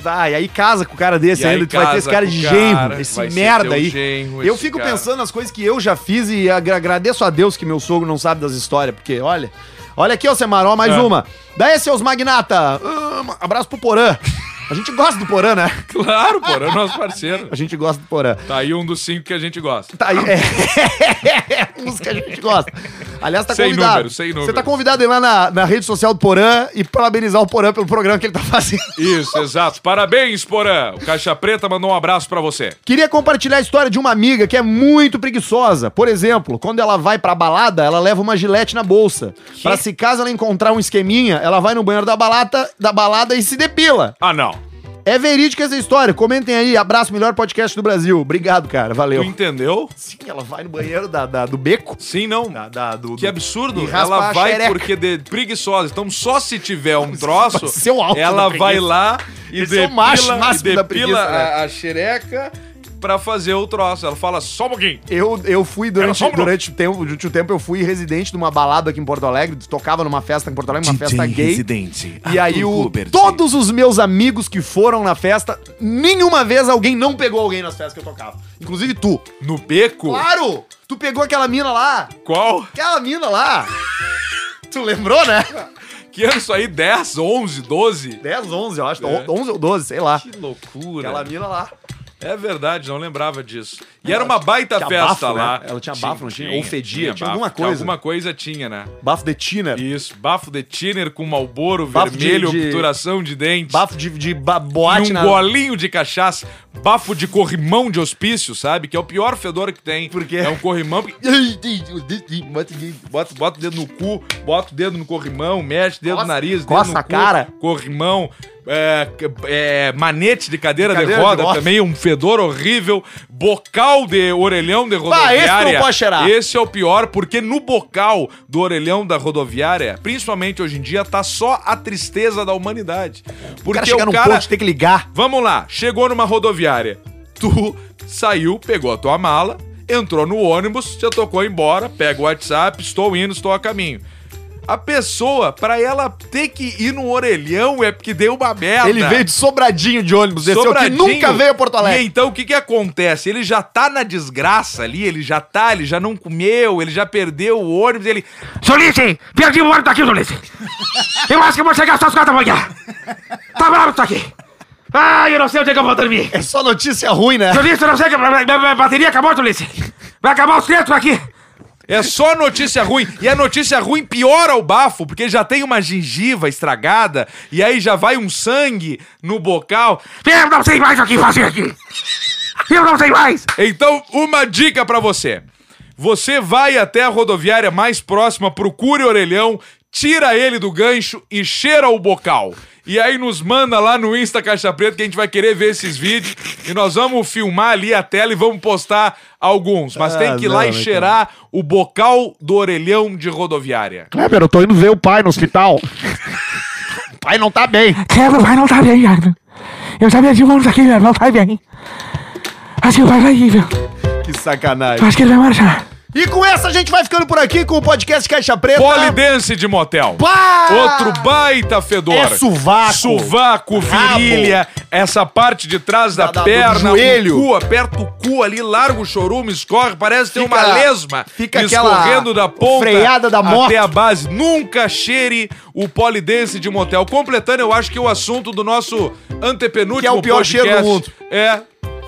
[SPEAKER 3] Tá, e aí casa com o cara desse
[SPEAKER 4] E aí
[SPEAKER 3] ainda, tu vai ter
[SPEAKER 4] casa
[SPEAKER 3] esse cara
[SPEAKER 4] com
[SPEAKER 3] de
[SPEAKER 4] o cara,
[SPEAKER 3] genro,
[SPEAKER 4] vai
[SPEAKER 3] esse
[SPEAKER 4] ser
[SPEAKER 3] merda
[SPEAKER 4] teu
[SPEAKER 3] aí.
[SPEAKER 4] genro,
[SPEAKER 3] eu
[SPEAKER 4] esse
[SPEAKER 3] fico
[SPEAKER 4] cara.
[SPEAKER 3] pensando nas coisas que eu já fiz e agra- agradeço a Deus que meu sogro não sabe das histórias, porque olha. Olha aqui, ó, Semaró, mais
[SPEAKER 4] É.
[SPEAKER 3] uma. Daí, seus magnata. hum, abraço pro Porã. A gente gosta do Porã, né? [laughs]
[SPEAKER 4] Claro, pô, é o nosso [laughs] parceiro.
[SPEAKER 3] A gente gosta do Porã.
[SPEAKER 4] Tá aí um dos cinco que a gente gosta.
[SPEAKER 3] Tá aí. É, [laughs] uns que a gente gosta. Aliás, tá
[SPEAKER 4] Sem
[SPEAKER 3] convidado.
[SPEAKER 4] número, sem número.
[SPEAKER 3] Você tá convidado aí lá na, na rede social do Porã e parabenizar o Porã pelo programa que ele tá fazendo. [laughs]
[SPEAKER 4] Isso, exato. Parabéns, Porã. O Caixa Preta mandou um abraço pra você.
[SPEAKER 3] Queria compartilhar a história de uma amiga que é muito preguiçosa. Por exemplo, quando ela vai pra balada, ela leva uma gilete na bolsa. Pra se caso ela encontrar um esqueminha, ela vai no banheiro da balada, da balada e se depila.
[SPEAKER 4] Ah, não.
[SPEAKER 3] É verídica essa história. Comentem aí. Abraço, melhor podcast do Brasil. Obrigado, cara.
[SPEAKER 4] Tu
[SPEAKER 3] Valeu.
[SPEAKER 4] entendeu?
[SPEAKER 3] Sim, ela vai no banheiro da, da- do beco.
[SPEAKER 4] Sim, não.
[SPEAKER 3] Da- da- do-
[SPEAKER 4] Que
[SPEAKER 3] do-
[SPEAKER 4] absurdo.
[SPEAKER 3] E raspa
[SPEAKER 4] Ela
[SPEAKER 3] a
[SPEAKER 4] vai
[SPEAKER 3] xereca.
[SPEAKER 4] porque de preguiçosa. Então, só se tiver
[SPEAKER 3] [laughs]
[SPEAKER 4] um troço,
[SPEAKER 3] ser o alto
[SPEAKER 4] ela
[SPEAKER 3] da
[SPEAKER 4] vai
[SPEAKER 3] preguiça.
[SPEAKER 4] lá e
[SPEAKER 3] Esse é o
[SPEAKER 4] depila,
[SPEAKER 3] macho máximo
[SPEAKER 4] e
[SPEAKER 3] da
[SPEAKER 4] depila
[SPEAKER 3] preguiça, né?
[SPEAKER 4] a, a xereca pra fazer o troço. Ela fala só um pouquinho.
[SPEAKER 3] Eu, eu fui
[SPEAKER 4] Era
[SPEAKER 3] durante,
[SPEAKER 4] só um bloco.
[SPEAKER 3] durante, o tempo, durante o tempo, eu fui residente de uma balada aqui em Porto Alegre, tocava numa festa em Porto Alegre, uma festa gay.
[SPEAKER 5] Residente.
[SPEAKER 3] E aí o, todos os meus amigos que foram na festa, nenhuma vez alguém não pegou alguém nas festas que eu tocava. Inclusive tu.
[SPEAKER 4] No beco?
[SPEAKER 3] Claro! Tu pegou aquela mina lá!
[SPEAKER 4] Qual?
[SPEAKER 3] Aquela mina lá! tu lembrou, né?
[SPEAKER 4] Que ano isso aí? 10, 11, 12?
[SPEAKER 3] 10, 11, eu acho.
[SPEAKER 4] É.
[SPEAKER 3] 11 ou 12, sei lá.
[SPEAKER 4] Que loucura.
[SPEAKER 3] Aquela mina lá.
[SPEAKER 4] É verdade, não lembrava disso. E era uma baita
[SPEAKER 3] tinha
[SPEAKER 4] festa
[SPEAKER 3] bafo, né?
[SPEAKER 4] lá.
[SPEAKER 3] Ela tinha bafo, não tinha? Ou fedia, tinha
[SPEAKER 4] bafo.
[SPEAKER 3] alguma coisa.
[SPEAKER 4] Alguma coisa tinha, né?
[SPEAKER 3] Bafo de Tina.
[SPEAKER 4] Isso, bafo de tiner com malboro
[SPEAKER 3] Bafo de-
[SPEAKER 4] vermelho,
[SPEAKER 3] de-
[SPEAKER 4] obturação de dente.
[SPEAKER 3] Bafo de, de ba-
[SPEAKER 4] E
[SPEAKER 3] boate
[SPEAKER 4] um
[SPEAKER 3] na...
[SPEAKER 4] golinho de cachaça, bafo de corrimão de hospício, sabe? Que é o pior fedor que tem.
[SPEAKER 3] Por quê?
[SPEAKER 4] É um corrimão. porque- Bota, bota o dedo no cu, bota o dedo no corrimão, mexe o dedo
[SPEAKER 3] Coça-
[SPEAKER 4] no nariz, dedo
[SPEAKER 3] coça
[SPEAKER 4] no
[SPEAKER 3] a cara.
[SPEAKER 4] corrimão. É, é, manete de cadeira,
[SPEAKER 3] Cadeira
[SPEAKER 4] de,
[SPEAKER 3] de
[SPEAKER 4] roda,
[SPEAKER 3] roda.
[SPEAKER 4] também, um fedor horrível. Bocal de orelhão de rodoviária.
[SPEAKER 3] esse não pode cheirar.
[SPEAKER 4] Esse é o pior, porque no bocal do orelhão da rodoviária, principalmente hoje em dia, tá só a tristeza da humanidade.
[SPEAKER 3] O
[SPEAKER 4] Porque
[SPEAKER 3] cara chegar num ponto, tem que ligar.
[SPEAKER 4] Vamos lá, chegou numa rodoviária. Tu saiu, pegou a tua mala, entrou no ônibus, já tocou embora, pega o WhatsApp, estou indo, estou a caminho. A pessoa, pra ela ter que ir no orelhão, é porque deu uma merda.
[SPEAKER 3] Ele veio de sobradinho de ônibus, desceu que
[SPEAKER 4] Sobradinho.
[SPEAKER 3] nunca veio a Porto Alegre.
[SPEAKER 4] E então o que que acontece? Ele já tá na desgraça ali, ele já tá, ele já não comeu, ele já perdeu o ônibus, ele.
[SPEAKER 6] Solice, perdi o ônibus aqui, Solice. Eu acho que eu vou chegar às suas quatro da manhã. Tá bravo isso aqui. Ai, eu não sei onde é que eu vou dormir.
[SPEAKER 3] É só notícia ruim, né?
[SPEAKER 6] Solice, eu não sei que... Minha, minha bateria acabou, Solice. Vai acabar os créditos aqui.
[SPEAKER 4] É só notícia ruim. E a notícia ruim piora o bafo, porque já tem uma gengiva estragada, e aí já vai um sangue no bocal.
[SPEAKER 6] Eu não sei mais o que fazer aqui. Eu não sei mais.
[SPEAKER 4] Então, uma dica pra você. Você vai até a rodoviária mais próxima, procure o orelhão, tira ele do gancho e cheira o bocal. E aí nos manda lá no Insta Caixa Preta que a gente vai querer ver esses vídeos E nós vamos filmar ali a tela e vamos postar alguns. Mas
[SPEAKER 3] Ah,
[SPEAKER 4] tem que ir lá
[SPEAKER 3] não,
[SPEAKER 4] e
[SPEAKER 3] então.
[SPEAKER 4] cheirar o bocal do orelhão de rodoviária.
[SPEAKER 6] Kleber, É, eu tô indo ver o pai no
[SPEAKER 3] [laughs]
[SPEAKER 6] hospital. o pai não tá bem.
[SPEAKER 5] Kleber, vai não tá bem, Kleber. Eu já perdi o ônibus aqui, Kleber, não tá bem. Acho que o pai vai ir, viu?
[SPEAKER 3] Que sacanagem.
[SPEAKER 5] Acho que ele vai marchar.
[SPEAKER 3] E com essa a gente vai ficando por aqui com o podcast Caixa Preta.
[SPEAKER 4] Polidense de motel.
[SPEAKER 3] Pá!
[SPEAKER 4] Outro baita fedor.
[SPEAKER 3] É sovaco.
[SPEAKER 4] Sovaco,
[SPEAKER 3] Rabo.
[SPEAKER 4] virilha, essa parte de trás da,
[SPEAKER 3] Da- da- do
[SPEAKER 4] perna,
[SPEAKER 3] joelho.
[SPEAKER 4] o cu, aperta o cu ali, larga o chorume, escorre, parece ter
[SPEAKER 3] Fica-
[SPEAKER 4] uma lesma
[SPEAKER 3] fica aquela
[SPEAKER 4] escorrendo da ponta
[SPEAKER 3] freada da moto.
[SPEAKER 4] até a base. Nunca cheire o polidense de motel. Completando, eu acho que o assunto do nosso antepenúltimo
[SPEAKER 3] Que é o pior
[SPEAKER 4] podcast
[SPEAKER 3] cheiro do mundo.
[SPEAKER 4] É.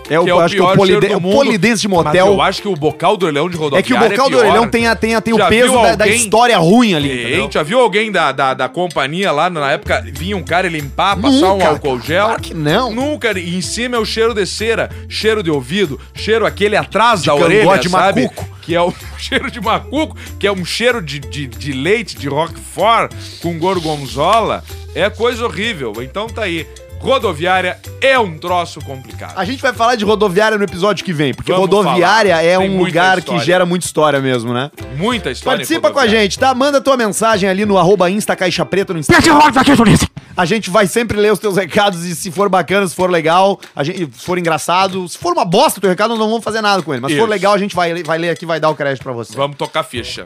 [SPEAKER 3] É o,
[SPEAKER 4] que
[SPEAKER 3] acho que é o,
[SPEAKER 4] pior
[SPEAKER 3] polide-
[SPEAKER 4] cheiro do
[SPEAKER 3] é o
[SPEAKER 4] mundo.
[SPEAKER 3] polidense de
[SPEAKER 4] Mas
[SPEAKER 3] motel.
[SPEAKER 4] eu acho que o bocal do orelhão de
[SPEAKER 3] É
[SPEAKER 4] rodoviária
[SPEAKER 3] que o bocal
[SPEAKER 4] pior.
[SPEAKER 3] do
[SPEAKER 4] né?
[SPEAKER 3] orelhão tem, a- tem, a- tem o
[SPEAKER 4] Já
[SPEAKER 3] peso
[SPEAKER 4] viu
[SPEAKER 3] da, da
[SPEAKER 4] alguém?
[SPEAKER 3] história ruim ali. entendeu?
[SPEAKER 4] Tem, já viu alguém da, da, da companhia lá na época? Vinha um cara limpar, passar um
[SPEAKER 3] Nunca,
[SPEAKER 4] álcool gel?
[SPEAKER 3] claro que não.
[SPEAKER 4] Nunca. E em cima é o cheiro de cera, cheiro de ouvido, cheiro aquele atrás da
[SPEAKER 3] cangote
[SPEAKER 4] orelha,
[SPEAKER 3] de
[SPEAKER 4] sabe?
[SPEAKER 3] macuco.
[SPEAKER 4] Que é o [laughs] cheiro de macuco, que é um cheiro de, de, de leite, de roquefort com gorgonzola. É coisa horrível. Então tá aí. Rodoviária é um troço complicado.
[SPEAKER 3] A gente vai falar de rodoviária no episódio que vem, porque
[SPEAKER 4] Vamos
[SPEAKER 3] rodoviária
[SPEAKER 4] falar.
[SPEAKER 3] é
[SPEAKER 4] Tem
[SPEAKER 3] um
[SPEAKER 4] muita
[SPEAKER 3] lugar
[SPEAKER 4] história.
[SPEAKER 3] que gera muita história mesmo, né?
[SPEAKER 4] Muita história. em
[SPEAKER 3] Participa com a
[SPEAKER 4] rodoviária.
[SPEAKER 3] gente, tá? Manda tua mensagem ali no arroba Insta Caixa Preta no Instagram.
[SPEAKER 5] Perdi o ônibus aqui, Julice.
[SPEAKER 3] A gente vai sempre ler os teus recados e se for bacana, se for legal, a gente, se for engraçado, se for uma bosta o teu recado, nós não vamos fazer nada com ele. Mas se for
[SPEAKER 4] Isso.
[SPEAKER 3] legal, a gente vai, vai ler aqui vai dar o crédito pra você.
[SPEAKER 4] Vamos tocar ficha.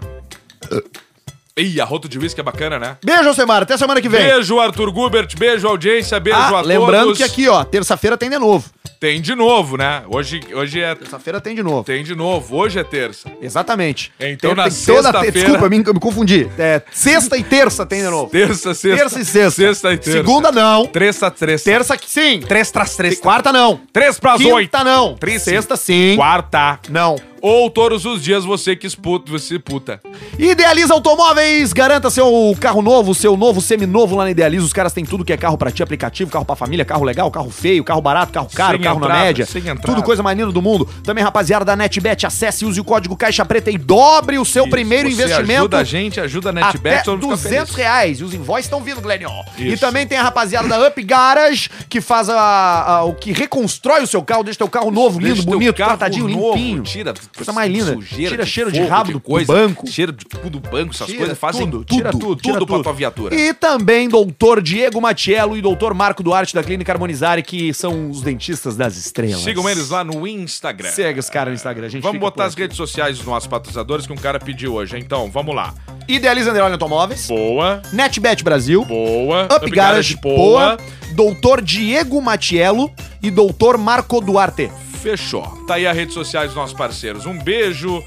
[SPEAKER 4] Ih, a rota de uísque é bacana, né?
[SPEAKER 3] Beijo, Semara. Até semana que vem.
[SPEAKER 4] Beijo, Arthur Gubert. Beijo, audiência. Beijo
[SPEAKER 3] Ah,
[SPEAKER 4] a todos.
[SPEAKER 3] lembrando que aqui, ó, terça-feira tem de novo.
[SPEAKER 4] Tem de novo, né? Hoje, hoje é.
[SPEAKER 3] Terça-feira tem de novo.
[SPEAKER 4] Tem de novo. Hoje é terça.
[SPEAKER 3] Exatamente.
[SPEAKER 4] Então,
[SPEAKER 3] Tem-
[SPEAKER 4] na
[SPEAKER 3] tem toda te-
[SPEAKER 4] sexta-feira-
[SPEAKER 3] Desculpa, eu me, eu me confundi. É, sexta e terça tem de novo.
[SPEAKER 4] Terça, sexta.
[SPEAKER 3] Terça e sexta.
[SPEAKER 4] Sexta e terça.
[SPEAKER 3] Segunda não.
[SPEAKER 4] Terça, terça.
[SPEAKER 3] Terça que sim.
[SPEAKER 4] Três tras três.
[SPEAKER 3] Quarta não.
[SPEAKER 4] Três pras oito.
[SPEAKER 3] Quinta não.
[SPEAKER 4] Três,
[SPEAKER 3] Sexta sim.
[SPEAKER 4] Quarta.
[SPEAKER 3] Não.
[SPEAKER 4] Ou todos os dias você que esputa, você puta.
[SPEAKER 3] Idealiza Automóveis, garanta seu carro novo, seu novo seminovo lá na Idealiza. Os caras têm tudo que é carro pra ti, aplicativo, carro pra família, carro legal, carro feio, carro barato, carro caro,
[SPEAKER 4] Sem
[SPEAKER 3] carro na
[SPEAKER 4] entrada,
[SPEAKER 3] média.
[SPEAKER 4] sem entrada.
[SPEAKER 3] tudo coisa mais linda do mundo. Também, rapaziada da NetBet, acesse, use o código Caixa Preta e dobre o seu primeiro
[SPEAKER 4] Você
[SPEAKER 3] investimento.
[SPEAKER 4] Ajuda a gente, ajuda a
[SPEAKER 3] Até
[SPEAKER 4] NetBet. todo mundo fica
[SPEAKER 3] 200
[SPEAKER 4] feliz.
[SPEAKER 3] reais. E os invoices estão vindo, Glenion. E
[SPEAKER 4] Isso.
[SPEAKER 3] também tem a rapaziada da Up Garage, que faz a, a- o que reconstrói o seu carro, deixa teu carro novo,
[SPEAKER 4] Deixa
[SPEAKER 3] lindo,
[SPEAKER 4] teu
[SPEAKER 3] bonito,
[SPEAKER 4] carro
[SPEAKER 3] tratadinho,
[SPEAKER 4] novo,
[SPEAKER 3] limpinho.
[SPEAKER 4] Tira
[SPEAKER 3] Coisa mais linda.
[SPEAKER 4] sujeira,
[SPEAKER 3] Tira cheiro de
[SPEAKER 4] fogo,
[SPEAKER 3] rabo do banco.
[SPEAKER 4] Cheiro de cu do banco, essas
[SPEAKER 3] Tira
[SPEAKER 4] coisas fazem
[SPEAKER 3] tudo,
[SPEAKER 4] tudo,
[SPEAKER 3] tira
[SPEAKER 4] tudo,
[SPEAKER 3] tudo, tira
[SPEAKER 4] pra
[SPEAKER 3] tudo.
[SPEAKER 4] tua viatura.
[SPEAKER 3] E também doutor Diego Matiello e doutor Marco Duarte da Clínica Harmonizare, que são os dentistas das estrelas.
[SPEAKER 4] Sigam eles lá no Instagram.
[SPEAKER 3] Segue os caras no Instagram, a gente.
[SPEAKER 4] Vamos
[SPEAKER 3] fica por
[SPEAKER 4] botar as
[SPEAKER 3] aqui.
[SPEAKER 4] redes sociais dos nossos patrocinadores que um cara pediu hoje. Então, vamos lá.
[SPEAKER 3] Idealiza Underline Automóveis,
[SPEAKER 4] Boa,
[SPEAKER 3] NetBet Brasil,
[SPEAKER 4] boa.
[SPEAKER 3] Up, Garage Poa, doutor Diego Matiello e doutor Marco Duarte.
[SPEAKER 4] Fechou. Tá aí as redes sociais dos nossos parceiros. Um beijo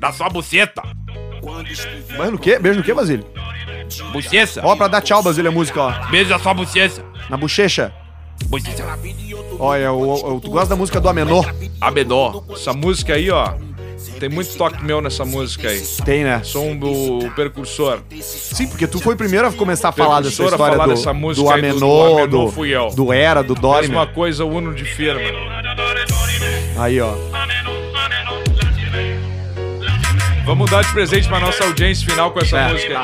[SPEAKER 4] da sua buceta.
[SPEAKER 3] Mas no quê? Beijo no quê, Basílio?
[SPEAKER 4] Buceta.
[SPEAKER 3] Ó, pra dar tchau, Basílio, a música, ó.
[SPEAKER 4] Beijo da sua buceta.
[SPEAKER 3] Na bochecha.
[SPEAKER 4] Buceta.
[SPEAKER 3] Olha, eu, eu- tu gosta da música do Amenor?
[SPEAKER 4] A menor. Essa música aí, ó. Tem muito toque meu nessa música aí.
[SPEAKER 3] Tem, né?
[SPEAKER 4] Sou um, o precursor.
[SPEAKER 3] Sim, porque tu foi o primeiro a começar a falar dessa
[SPEAKER 4] Precursor a
[SPEAKER 3] história
[SPEAKER 4] falar
[SPEAKER 3] do,
[SPEAKER 4] dessa música
[SPEAKER 3] do
[SPEAKER 4] aí, do- do
[SPEAKER 3] Amenô,
[SPEAKER 4] Amenô
[SPEAKER 3] do,
[SPEAKER 4] fui eu.
[SPEAKER 3] do Era, do Dória.
[SPEAKER 4] Mesma coisa, Uno de firma.
[SPEAKER 3] Aí, ó.
[SPEAKER 4] Vamos dar de presente pra nossa audiência final com essa
[SPEAKER 3] É.
[SPEAKER 4] música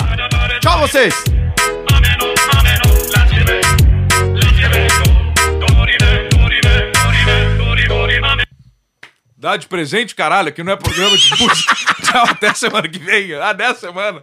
[SPEAKER 4] aí.
[SPEAKER 3] Tchau, vocês!
[SPEAKER 4] [laughs] Dá de presente, caralho, que não é programa de música. Tchau, até semana que vem. Até semana.